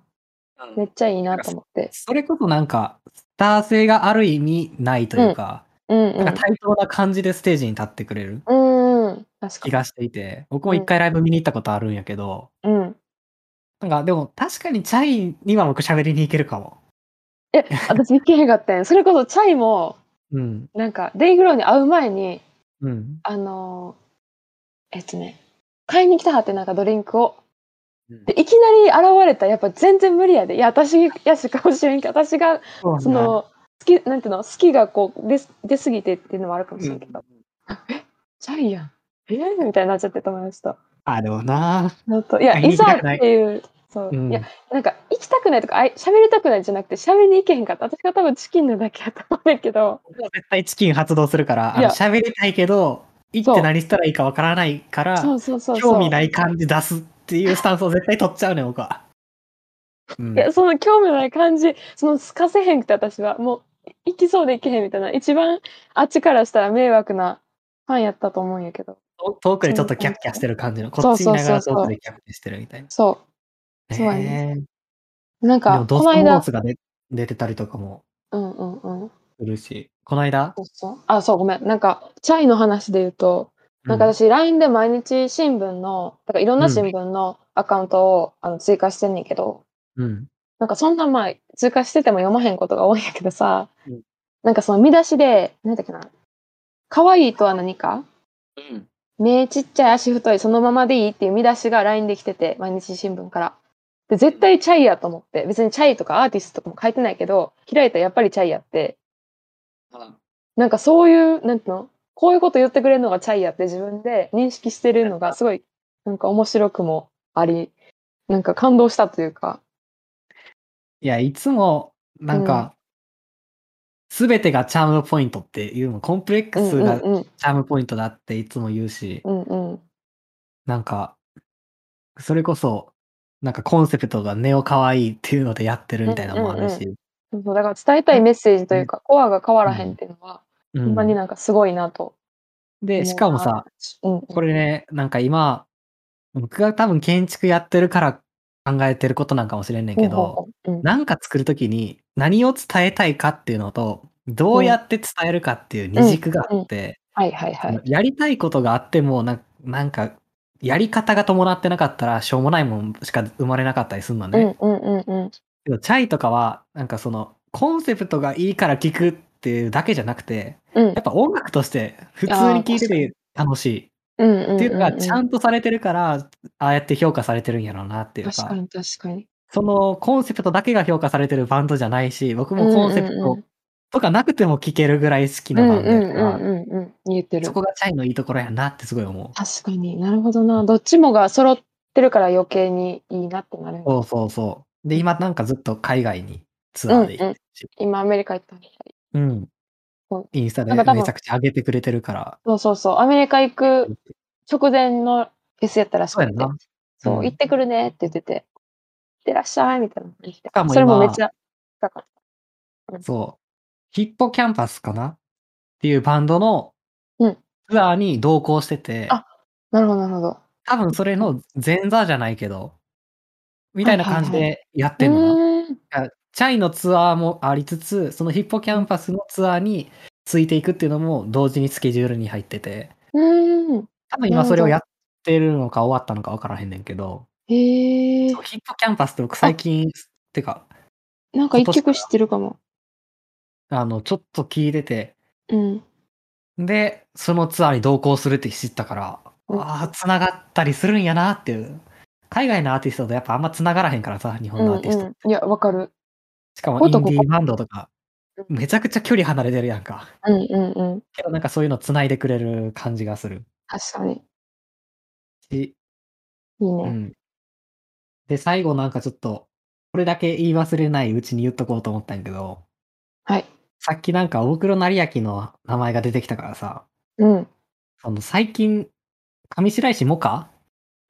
[SPEAKER 3] うん
[SPEAKER 2] めっちゃいいなと思って。
[SPEAKER 1] それこそなんか、スター性がある意味ないというか、
[SPEAKER 2] うんうん
[SPEAKER 1] なんか対等な感じでステージに立ってくれる
[SPEAKER 2] うんうん。確か
[SPEAKER 1] 気
[SPEAKER 2] に。
[SPEAKER 1] がしていて、僕も一回ライブ見に行ったことあるんやけど、
[SPEAKER 2] うん。
[SPEAKER 1] なんかでも確かにチャイには僕喋りに行けるかも。
[SPEAKER 2] え、私行けへんかったんやそれこそチャイも、
[SPEAKER 1] うん。
[SPEAKER 2] なんかデイグローに会う前に、
[SPEAKER 1] うん。
[SPEAKER 2] あのーえっとね、買いに来たはってなんかドリンクを。
[SPEAKER 3] うん
[SPEAKER 2] でいきなり現れたらやっぱ全然無理やで。いや、私やしかもしれんけど、私がその、好き、なんていうの、好きがこう、出す、出すぎてっていうのもあるかもしれんけど。ジャイアン。えーみたいになっちゃって友達と。
[SPEAKER 1] あ、でもな
[SPEAKER 2] なんといや、
[SPEAKER 1] 言
[SPEAKER 2] い
[SPEAKER 1] いた
[SPEAKER 2] ざ
[SPEAKER 1] く
[SPEAKER 2] って
[SPEAKER 1] ない
[SPEAKER 2] いう。そう。
[SPEAKER 1] うん
[SPEAKER 2] いや、なんか、行きたくないとか、あい喋りたくないじゃなくて、喋りに行けへんかった。私が多分チキンのだけやと思うんだけど、
[SPEAKER 1] 僕は絶対チキン発動するから、あ
[SPEAKER 2] いや
[SPEAKER 1] の喋りたいけど、行っ
[SPEAKER 2] そ
[SPEAKER 1] て
[SPEAKER 2] う
[SPEAKER 1] 何したらいいかわからないから、
[SPEAKER 2] そうそうそうそう。
[SPEAKER 1] 興味ない感じ出すっていうスタンスを絶対取っちゃうね、僕は。うん
[SPEAKER 2] いや、その興味ない感じ、その、すかせへんくて私は、もう、行きそうで行けへんみたいな、一番あっちからしたら迷惑なファンやったと思うんやけど。
[SPEAKER 1] 遠くでちょっとキャッキャしてる感じの、こ
[SPEAKER 2] そう
[SPEAKER 1] っち見ながら
[SPEAKER 2] そうそうそう
[SPEAKER 1] 遠くでキャッキャしてるみたいな。
[SPEAKER 2] そそうや
[SPEAKER 1] ねえ
[SPEAKER 2] う。なん
[SPEAKER 1] で
[SPEAKER 2] か
[SPEAKER 1] も、ド
[SPEAKER 2] こ
[SPEAKER 1] ス
[SPEAKER 2] の
[SPEAKER 1] モー
[SPEAKER 2] 間、
[SPEAKER 1] スが出出てたりとかも
[SPEAKER 2] うんうんうん。
[SPEAKER 1] するし、この間、
[SPEAKER 2] そうそうあ、そう、ごめん。なんか、チャイの話で言うと、なんか
[SPEAKER 1] うん
[SPEAKER 2] 私、LINE で毎日新聞の、だからいろんな新聞のアカウントを、あの追加してんねんけど、
[SPEAKER 1] うん
[SPEAKER 2] なんかそんなまあ、追加してても読まへんことが多いんやけどさ、
[SPEAKER 3] うん
[SPEAKER 2] なんかその見出しで、なんだっけな、可愛いとは何か
[SPEAKER 3] うん
[SPEAKER 2] 目ちっちゃい足太いそのままでいいっていう見出しが LINE で来てて、毎日新聞から。で、絶対チャイやと思って、別にチャイとかアーティストとかも書いてないけど、開いたらやっぱりチャイやって、なんかそういう、なんていうのこういうこと言ってくれるのがチャイやって自分で認識してるのがすごい、なんか面白くもあり、なんか感動したというか。
[SPEAKER 1] いや、いつも、なんか、全てがチャームポイントっていうの、コンプレック
[SPEAKER 2] うん
[SPEAKER 1] ス
[SPEAKER 2] うん
[SPEAKER 1] がチ
[SPEAKER 2] うん
[SPEAKER 1] ャームポイントだっていつも言うし、
[SPEAKER 2] うんうん
[SPEAKER 1] なんか、それこそ、なんかコンセプトがネオ可愛いっていうのでやってるみたいなのもあるし、
[SPEAKER 2] そうそうだから伝えたいメッセージというか、コアが変わらへんっていうのは、
[SPEAKER 1] うん
[SPEAKER 2] ほんまになんかすごいなと。
[SPEAKER 1] で、しかもさ、、
[SPEAKER 2] うん、
[SPEAKER 1] これね、なんか今、僕が多分建築やってるから考えてることなんかもしれんねんけど、
[SPEAKER 2] うんうんうん、
[SPEAKER 1] なんか作るときに何を伝えたいかっていうのと、どうやって伝えるかっていう二軸があって、
[SPEAKER 2] はいはいはい。
[SPEAKER 1] やりたいことがあってもなん、なんか、やり方が伴ってなかったら、しょうもないもんしか生まれなかったりするの
[SPEAKER 2] う
[SPEAKER 1] ね。
[SPEAKER 2] んうんうんうん。
[SPEAKER 1] けど、チャイとかは、なんかその、コンセプトがいいから聞くっていうだけじゃなくて、
[SPEAKER 2] うん
[SPEAKER 1] やっぱ音楽として普通に聴いてて楽しい。
[SPEAKER 2] うんうんうんうん。
[SPEAKER 1] っていうのがちゃ
[SPEAKER 2] ん
[SPEAKER 1] んとされてるから、ああやって評価されてるんやろうなっていう
[SPEAKER 2] 確
[SPEAKER 1] か
[SPEAKER 2] か、に確かに。
[SPEAKER 1] そのコンセプトだけが評価されてるバンドじゃないし、僕もコンセプ
[SPEAKER 2] うんうんう
[SPEAKER 1] ト
[SPEAKER 2] ん
[SPEAKER 1] とかなくても聴けるぐらい好き
[SPEAKER 2] う
[SPEAKER 1] なんバ
[SPEAKER 2] う
[SPEAKER 1] ン
[SPEAKER 2] ん
[SPEAKER 1] ド
[SPEAKER 2] う
[SPEAKER 1] やか
[SPEAKER 2] ん
[SPEAKER 1] ら、
[SPEAKER 2] うんうん。言えてる
[SPEAKER 1] そ。こがチャイのいいところやなってすごい思う。
[SPEAKER 2] 確かになるほどな。どっちもが揃ってるから余計にいいなってなる。
[SPEAKER 1] そうそうそう。で、今なんかずっと海外にツアーで行ってるし、
[SPEAKER 2] 今アメリカ行ったの
[SPEAKER 1] うん
[SPEAKER 2] うん。
[SPEAKER 1] インスタで
[SPEAKER 2] なんか多分
[SPEAKER 1] めちゃくちゃ上げてくれてるから、
[SPEAKER 2] そうそうそう。アメリカ行く直前のフェスやったらし
[SPEAKER 1] そう
[SPEAKER 2] く
[SPEAKER 1] や
[SPEAKER 2] て
[SPEAKER 1] んな。し
[SPEAKER 2] そうう、
[SPEAKER 1] ん
[SPEAKER 2] 行ってくるねって言ってて、行ってらっしゃいみたいな感じで
[SPEAKER 1] かも今
[SPEAKER 2] それもめっちゃ高かっ
[SPEAKER 1] そう。ヒッポキャンパスかなっていうバンドの
[SPEAKER 2] うん
[SPEAKER 1] ツアーに同行してて、
[SPEAKER 2] あた。なるほど、なるほど。
[SPEAKER 1] 多分それの前座じゃないけど、みたいな感じ
[SPEAKER 2] はいは
[SPEAKER 1] でやってんのな。
[SPEAKER 2] うーん
[SPEAKER 1] チャイのツアーもありつつ、そのヒッポキャンパスのツアーについていくっていうのも同時にスケジュールに入ってて、
[SPEAKER 2] うーん。
[SPEAKER 1] 多分今それをやってるのか終わったのか分からへんねんけど、
[SPEAKER 2] へえ
[SPEAKER 1] そう。ヒッポキャンパスって僕最近、てか、
[SPEAKER 2] なんか一曲知ってるかも。
[SPEAKER 1] あの、ちょっと聞いてて、
[SPEAKER 2] うん。
[SPEAKER 1] で、そのツアーに同行するって知ったから、
[SPEAKER 2] うん
[SPEAKER 1] ああ、繋がったりするんやなっていう。海外のアーティストとやっぱあんま繋がらへんからさ、日
[SPEAKER 2] う
[SPEAKER 1] 本
[SPEAKER 2] ん
[SPEAKER 1] のアーティスト。
[SPEAKER 2] うん。いや、わかる。
[SPEAKER 1] しかもインデ
[SPEAKER 2] 男
[SPEAKER 1] ィーバンドとか、めちゃくちゃ距離離れてるやんか。
[SPEAKER 2] うんうんうん。
[SPEAKER 1] けどなんかそういうの繋いでくれる感じがする
[SPEAKER 2] 確かに。
[SPEAKER 1] し、
[SPEAKER 2] いいうね。
[SPEAKER 1] ん。で、最後なんかちょっと、これだけ言い忘れないうちに言っとこうと思ったんやけど、
[SPEAKER 2] はい。
[SPEAKER 1] さっきなんか大黒成明の名前が出てきたからさ、
[SPEAKER 2] うん。
[SPEAKER 1] その最近、上白石萌歌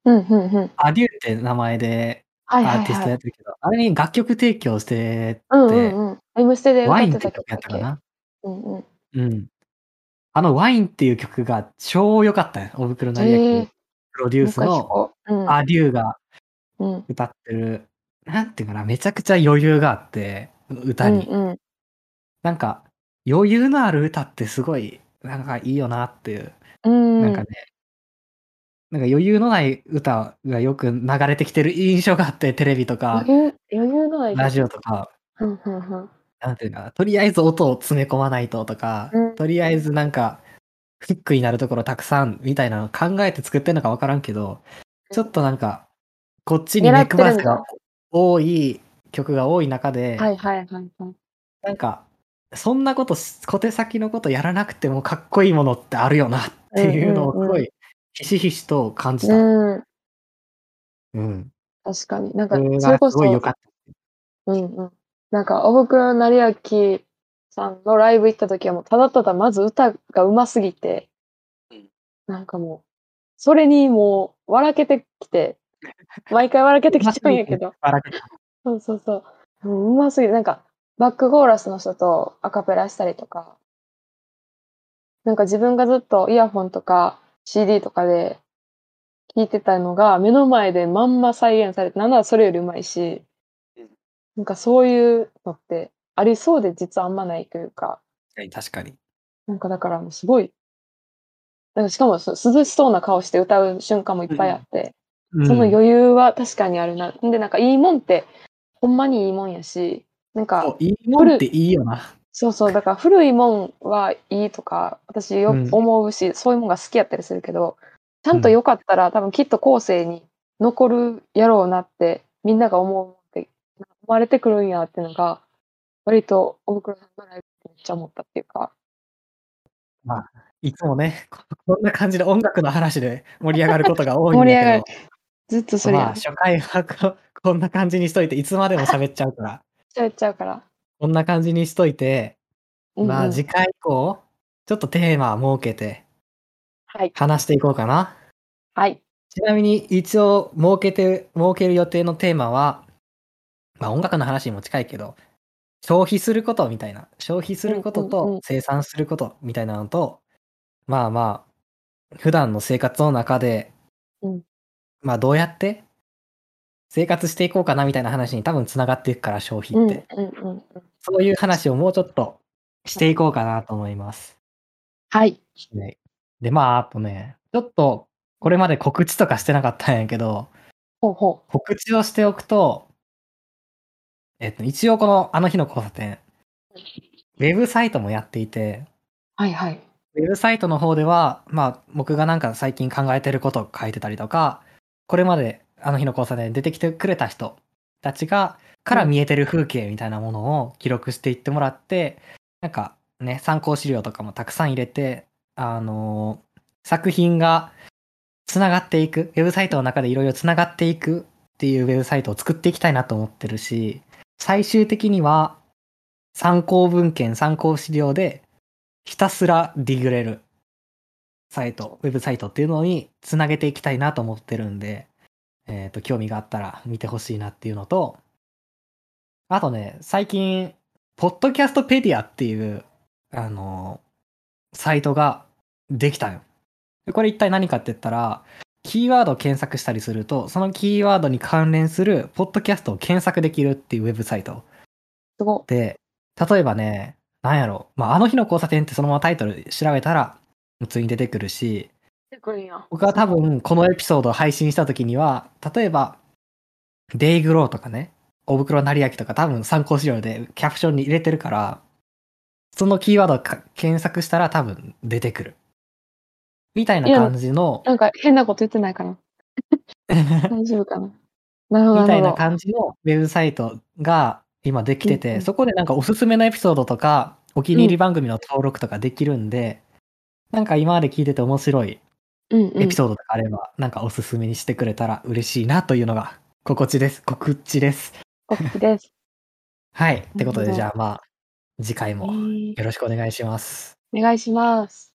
[SPEAKER 2] うんうんうん。
[SPEAKER 1] アデューって名前で
[SPEAKER 2] は
[SPEAKER 1] ア
[SPEAKER 2] いはい
[SPEAKER 1] ーティスト
[SPEAKER 2] は
[SPEAKER 1] や
[SPEAKER 2] い。
[SPEAKER 1] ってるけど、あれに楽曲提供して
[SPEAKER 2] うん
[SPEAKER 1] て
[SPEAKER 2] うんうん。M ステで
[SPEAKER 1] ワ
[SPEAKER 2] 歌
[SPEAKER 1] イ
[SPEAKER 2] っ
[SPEAKER 1] ン
[SPEAKER 2] て
[SPEAKER 1] って
[SPEAKER 2] た
[SPEAKER 1] 曲
[SPEAKER 2] 曲
[SPEAKER 1] やったか。な。
[SPEAKER 2] うんうん。
[SPEAKER 1] うん。あのワインっていう曲が超良かったよ。お袋のり
[SPEAKER 2] へ
[SPEAKER 1] や
[SPEAKER 2] え
[SPEAKER 1] きプロデュースの
[SPEAKER 2] うん。
[SPEAKER 1] アデューが
[SPEAKER 2] うん。
[SPEAKER 1] 歌ってる、なんていうかな、めちゃくちゃ余裕があって、歌に。
[SPEAKER 2] うんうん。
[SPEAKER 1] なんか、余裕のある歌ってすごい、なんかいいよなっていう。
[SPEAKER 2] うん。
[SPEAKER 1] なんかね、なんか余裕のない歌がよく流れてきてる印象があって、テレビとか
[SPEAKER 2] 余、裕、余裕のない。
[SPEAKER 1] ラジオとか、
[SPEAKER 2] うんうんうん。
[SPEAKER 1] なんていうかな、とりあえず音を詰め込まないととか、
[SPEAKER 2] うん
[SPEAKER 1] とりあえずなんか、フックになるところたくさんみたいなの考えて作ってんのかわからんけど、ちょっとなんか、こっちに
[SPEAKER 2] 狙
[SPEAKER 1] 目
[SPEAKER 2] ってるんだ
[SPEAKER 1] 配せが多い曲が多い中で、
[SPEAKER 2] はいはいはいはい。
[SPEAKER 1] なんか、そんなことし、小手先のことやらなくてもかっこいいものってあるよなっていうのをす
[SPEAKER 2] うんうん
[SPEAKER 1] ご
[SPEAKER 2] う
[SPEAKER 1] い、ひしひしと感じた。
[SPEAKER 2] うん。
[SPEAKER 1] うん。
[SPEAKER 2] 確かに。なん
[SPEAKER 1] そ
[SPEAKER 2] か
[SPEAKER 1] れ、
[SPEAKER 2] それ
[SPEAKER 1] が
[SPEAKER 2] こ
[SPEAKER 1] す
[SPEAKER 2] そ、
[SPEAKER 1] ごい良かっ
[SPEAKER 2] うんうん。なんか、おふくろなりあきさんのライブ行った時はもう、ただただまず歌がうますぎて
[SPEAKER 3] うん、
[SPEAKER 2] なんかもう、それにもう、笑けて
[SPEAKER 3] [LAUGHS]
[SPEAKER 2] きて、毎回笑けてきちゃうんやけど、
[SPEAKER 1] た。笑けた
[SPEAKER 2] そうそうそう。もううますぎる。なんか、バックコーラスの人とアカペラしたりとか、なんか自分がずっとイヤホンとか CD とかで聴いてたのが目の前でまんま再現されて、なんならそれよりうまいし
[SPEAKER 3] うん、
[SPEAKER 2] なんかそういうのってありそうで実はあんまないというか、
[SPEAKER 1] 確かに。
[SPEAKER 2] なんかだからもうすごい、なんかしかもそ涼しそうな顔して歌う瞬間もいっぱいあって、その
[SPEAKER 1] うん
[SPEAKER 2] 余裕は確かにあるな。で、なんかいいもんって、ほんまにいいもんやし、なん
[SPEAKER 1] そう
[SPEAKER 2] か、
[SPEAKER 1] いいもんっていいよな。
[SPEAKER 2] そうそう、だから古いもんはいいとか、私よ
[SPEAKER 1] うん
[SPEAKER 2] く思うし、そういうもんが好きやったりするけど、ちゃんと良かったら、多分きっと後世に残るやろうなって、みんなが思うって、生まれてくるんやってのが、割と、おふくろさんのライブでめっちゃ思ったっていうか、
[SPEAKER 1] いつもね、ここんな感じで音楽の話で盛り上がることが多いんだ
[SPEAKER 2] 盛り上が
[SPEAKER 1] け
[SPEAKER 2] るずっとそ
[SPEAKER 1] ど、
[SPEAKER 2] れ
[SPEAKER 1] まあ、
[SPEAKER 2] やっ
[SPEAKER 1] 初回はここんな感じにしといて、いつまでも喋っちゃうから、
[SPEAKER 2] ちゃっちゃうから。
[SPEAKER 1] こんな感じにしといて、
[SPEAKER 2] うん
[SPEAKER 1] ま
[SPEAKER 2] う
[SPEAKER 1] あ
[SPEAKER 2] ん
[SPEAKER 1] 次回以降、ちょっとテーマを設けて
[SPEAKER 2] はい。
[SPEAKER 1] 話していこうかな。
[SPEAKER 2] はい。
[SPEAKER 1] ちなみに一応設けて、設ける予定のテーマは、まあ音楽の話にも近いけど、消費することみたいな、消費すること
[SPEAKER 2] うんうんう
[SPEAKER 1] と
[SPEAKER 2] ん
[SPEAKER 1] 生産することみたいなのと、まあまあ、普段の生活の中で
[SPEAKER 2] うん、
[SPEAKER 1] まあどうやって生活していこうかなみたいな話に多分つながっていくから消
[SPEAKER 2] うん
[SPEAKER 1] 費
[SPEAKER 2] う
[SPEAKER 1] っ
[SPEAKER 2] ん
[SPEAKER 1] て、
[SPEAKER 2] うん。
[SPEAKER 1] そういう話をもうちょっとしていこうかなと思います。
[SPEAKER 2] はい。
[SPEAKER 1] はいで、まあ、あとね、ちょっと、これまで告知とかしてなかったんやけど、
[SPEAKER 2] ほうほ
[SPEAKER 1] 告知をしておくと、えっと、一応この、あの日の交差点、ウェブサイトもやっていて、
[SPEAKER 2] う。はいはい。
[SPEAKER 1] ウェブサイトの方では、まあ、僕がなんか最近考えてることを書いてたりとか、これまで、あの日の交差点で出てきてくれた人たちが、から見えてる風景みたいなものを記録していってもらって、なんかね、参考資料とかもたくさん入れて、あのー作品がつながっていく、ウェブサイトの中でいろいろつながっていくっていうウェブサイトを作っていきたいなと思ってるし、最終的には、参考文献、参考資料でひたすらディグれるサイト、ウェブサイトっていうのにつなげていきたいなと思ってるんで、えっ、と、興味があったら見てほしいなっていうのと、あとね、最近、ポッドキャストペディアっていう、あのーサイトができたよ。でこれ一体何かって言ったら、キーワードを検索したりすると、そのキーワードに関連するポッドキャストを検索できるっていうウェブサイト。
[SPEAKER 2] すご
[SPEAKER 1] で、例えばね、なんやろ、まあ、あの日の交差点ってそのままタイトル調べたら、普通に出てくるし、
[SPEAKER 2] い。くるんや。
[SPEAKER 1] 僕は多分このエピソードを配信した時には、例えば、デイグローとかね、大袋成明とか多分参考資料でキャプションに入れてるから、そのキーワードをか検索したら多分出てくる。みたいない
[SPEAKER 2] や
[SPEAKER 1] 感じの、
[SPEAKER 2] なんか変なこと言ってないかな。大丈夫かな。なるほど。
[SPEAKER 1] みたい
[SPEAKER 2] る
[SPEAKER 1] な
[SPEAKER 2] ほど
[SPEAKER 1] 感じのウェブサイトが今できて
[SPEAKER 2] うんう
[SPEAKER 1] て、
[SPEAKER 2] ん
[SPEAKER 1] そこでなんかおすすめのエピソードとか、お気に入り番組の登録とかできるんで、なんか今まで聞いてて面白い
[SPEAKER 2] うんうん
[SPEAKER 1] エピソードとかあれば、なんかおすすめにしてくれたら嬉しいなというのが、心地です。告知です。
[SPEAKER 2] 告知です。
[SPEAKER 1] はい。ってことで、
[SPEAKER 2] なるほど
[SPEAKER 1] じゃあまあ、次回
[SPEAKER 2] え
[SPEAKER 1] [LAUGHS] も
[SPEAKER 2] ー
[SPEAKER 1] よろしくお願いします。
[SPEAKER 2] お願いします。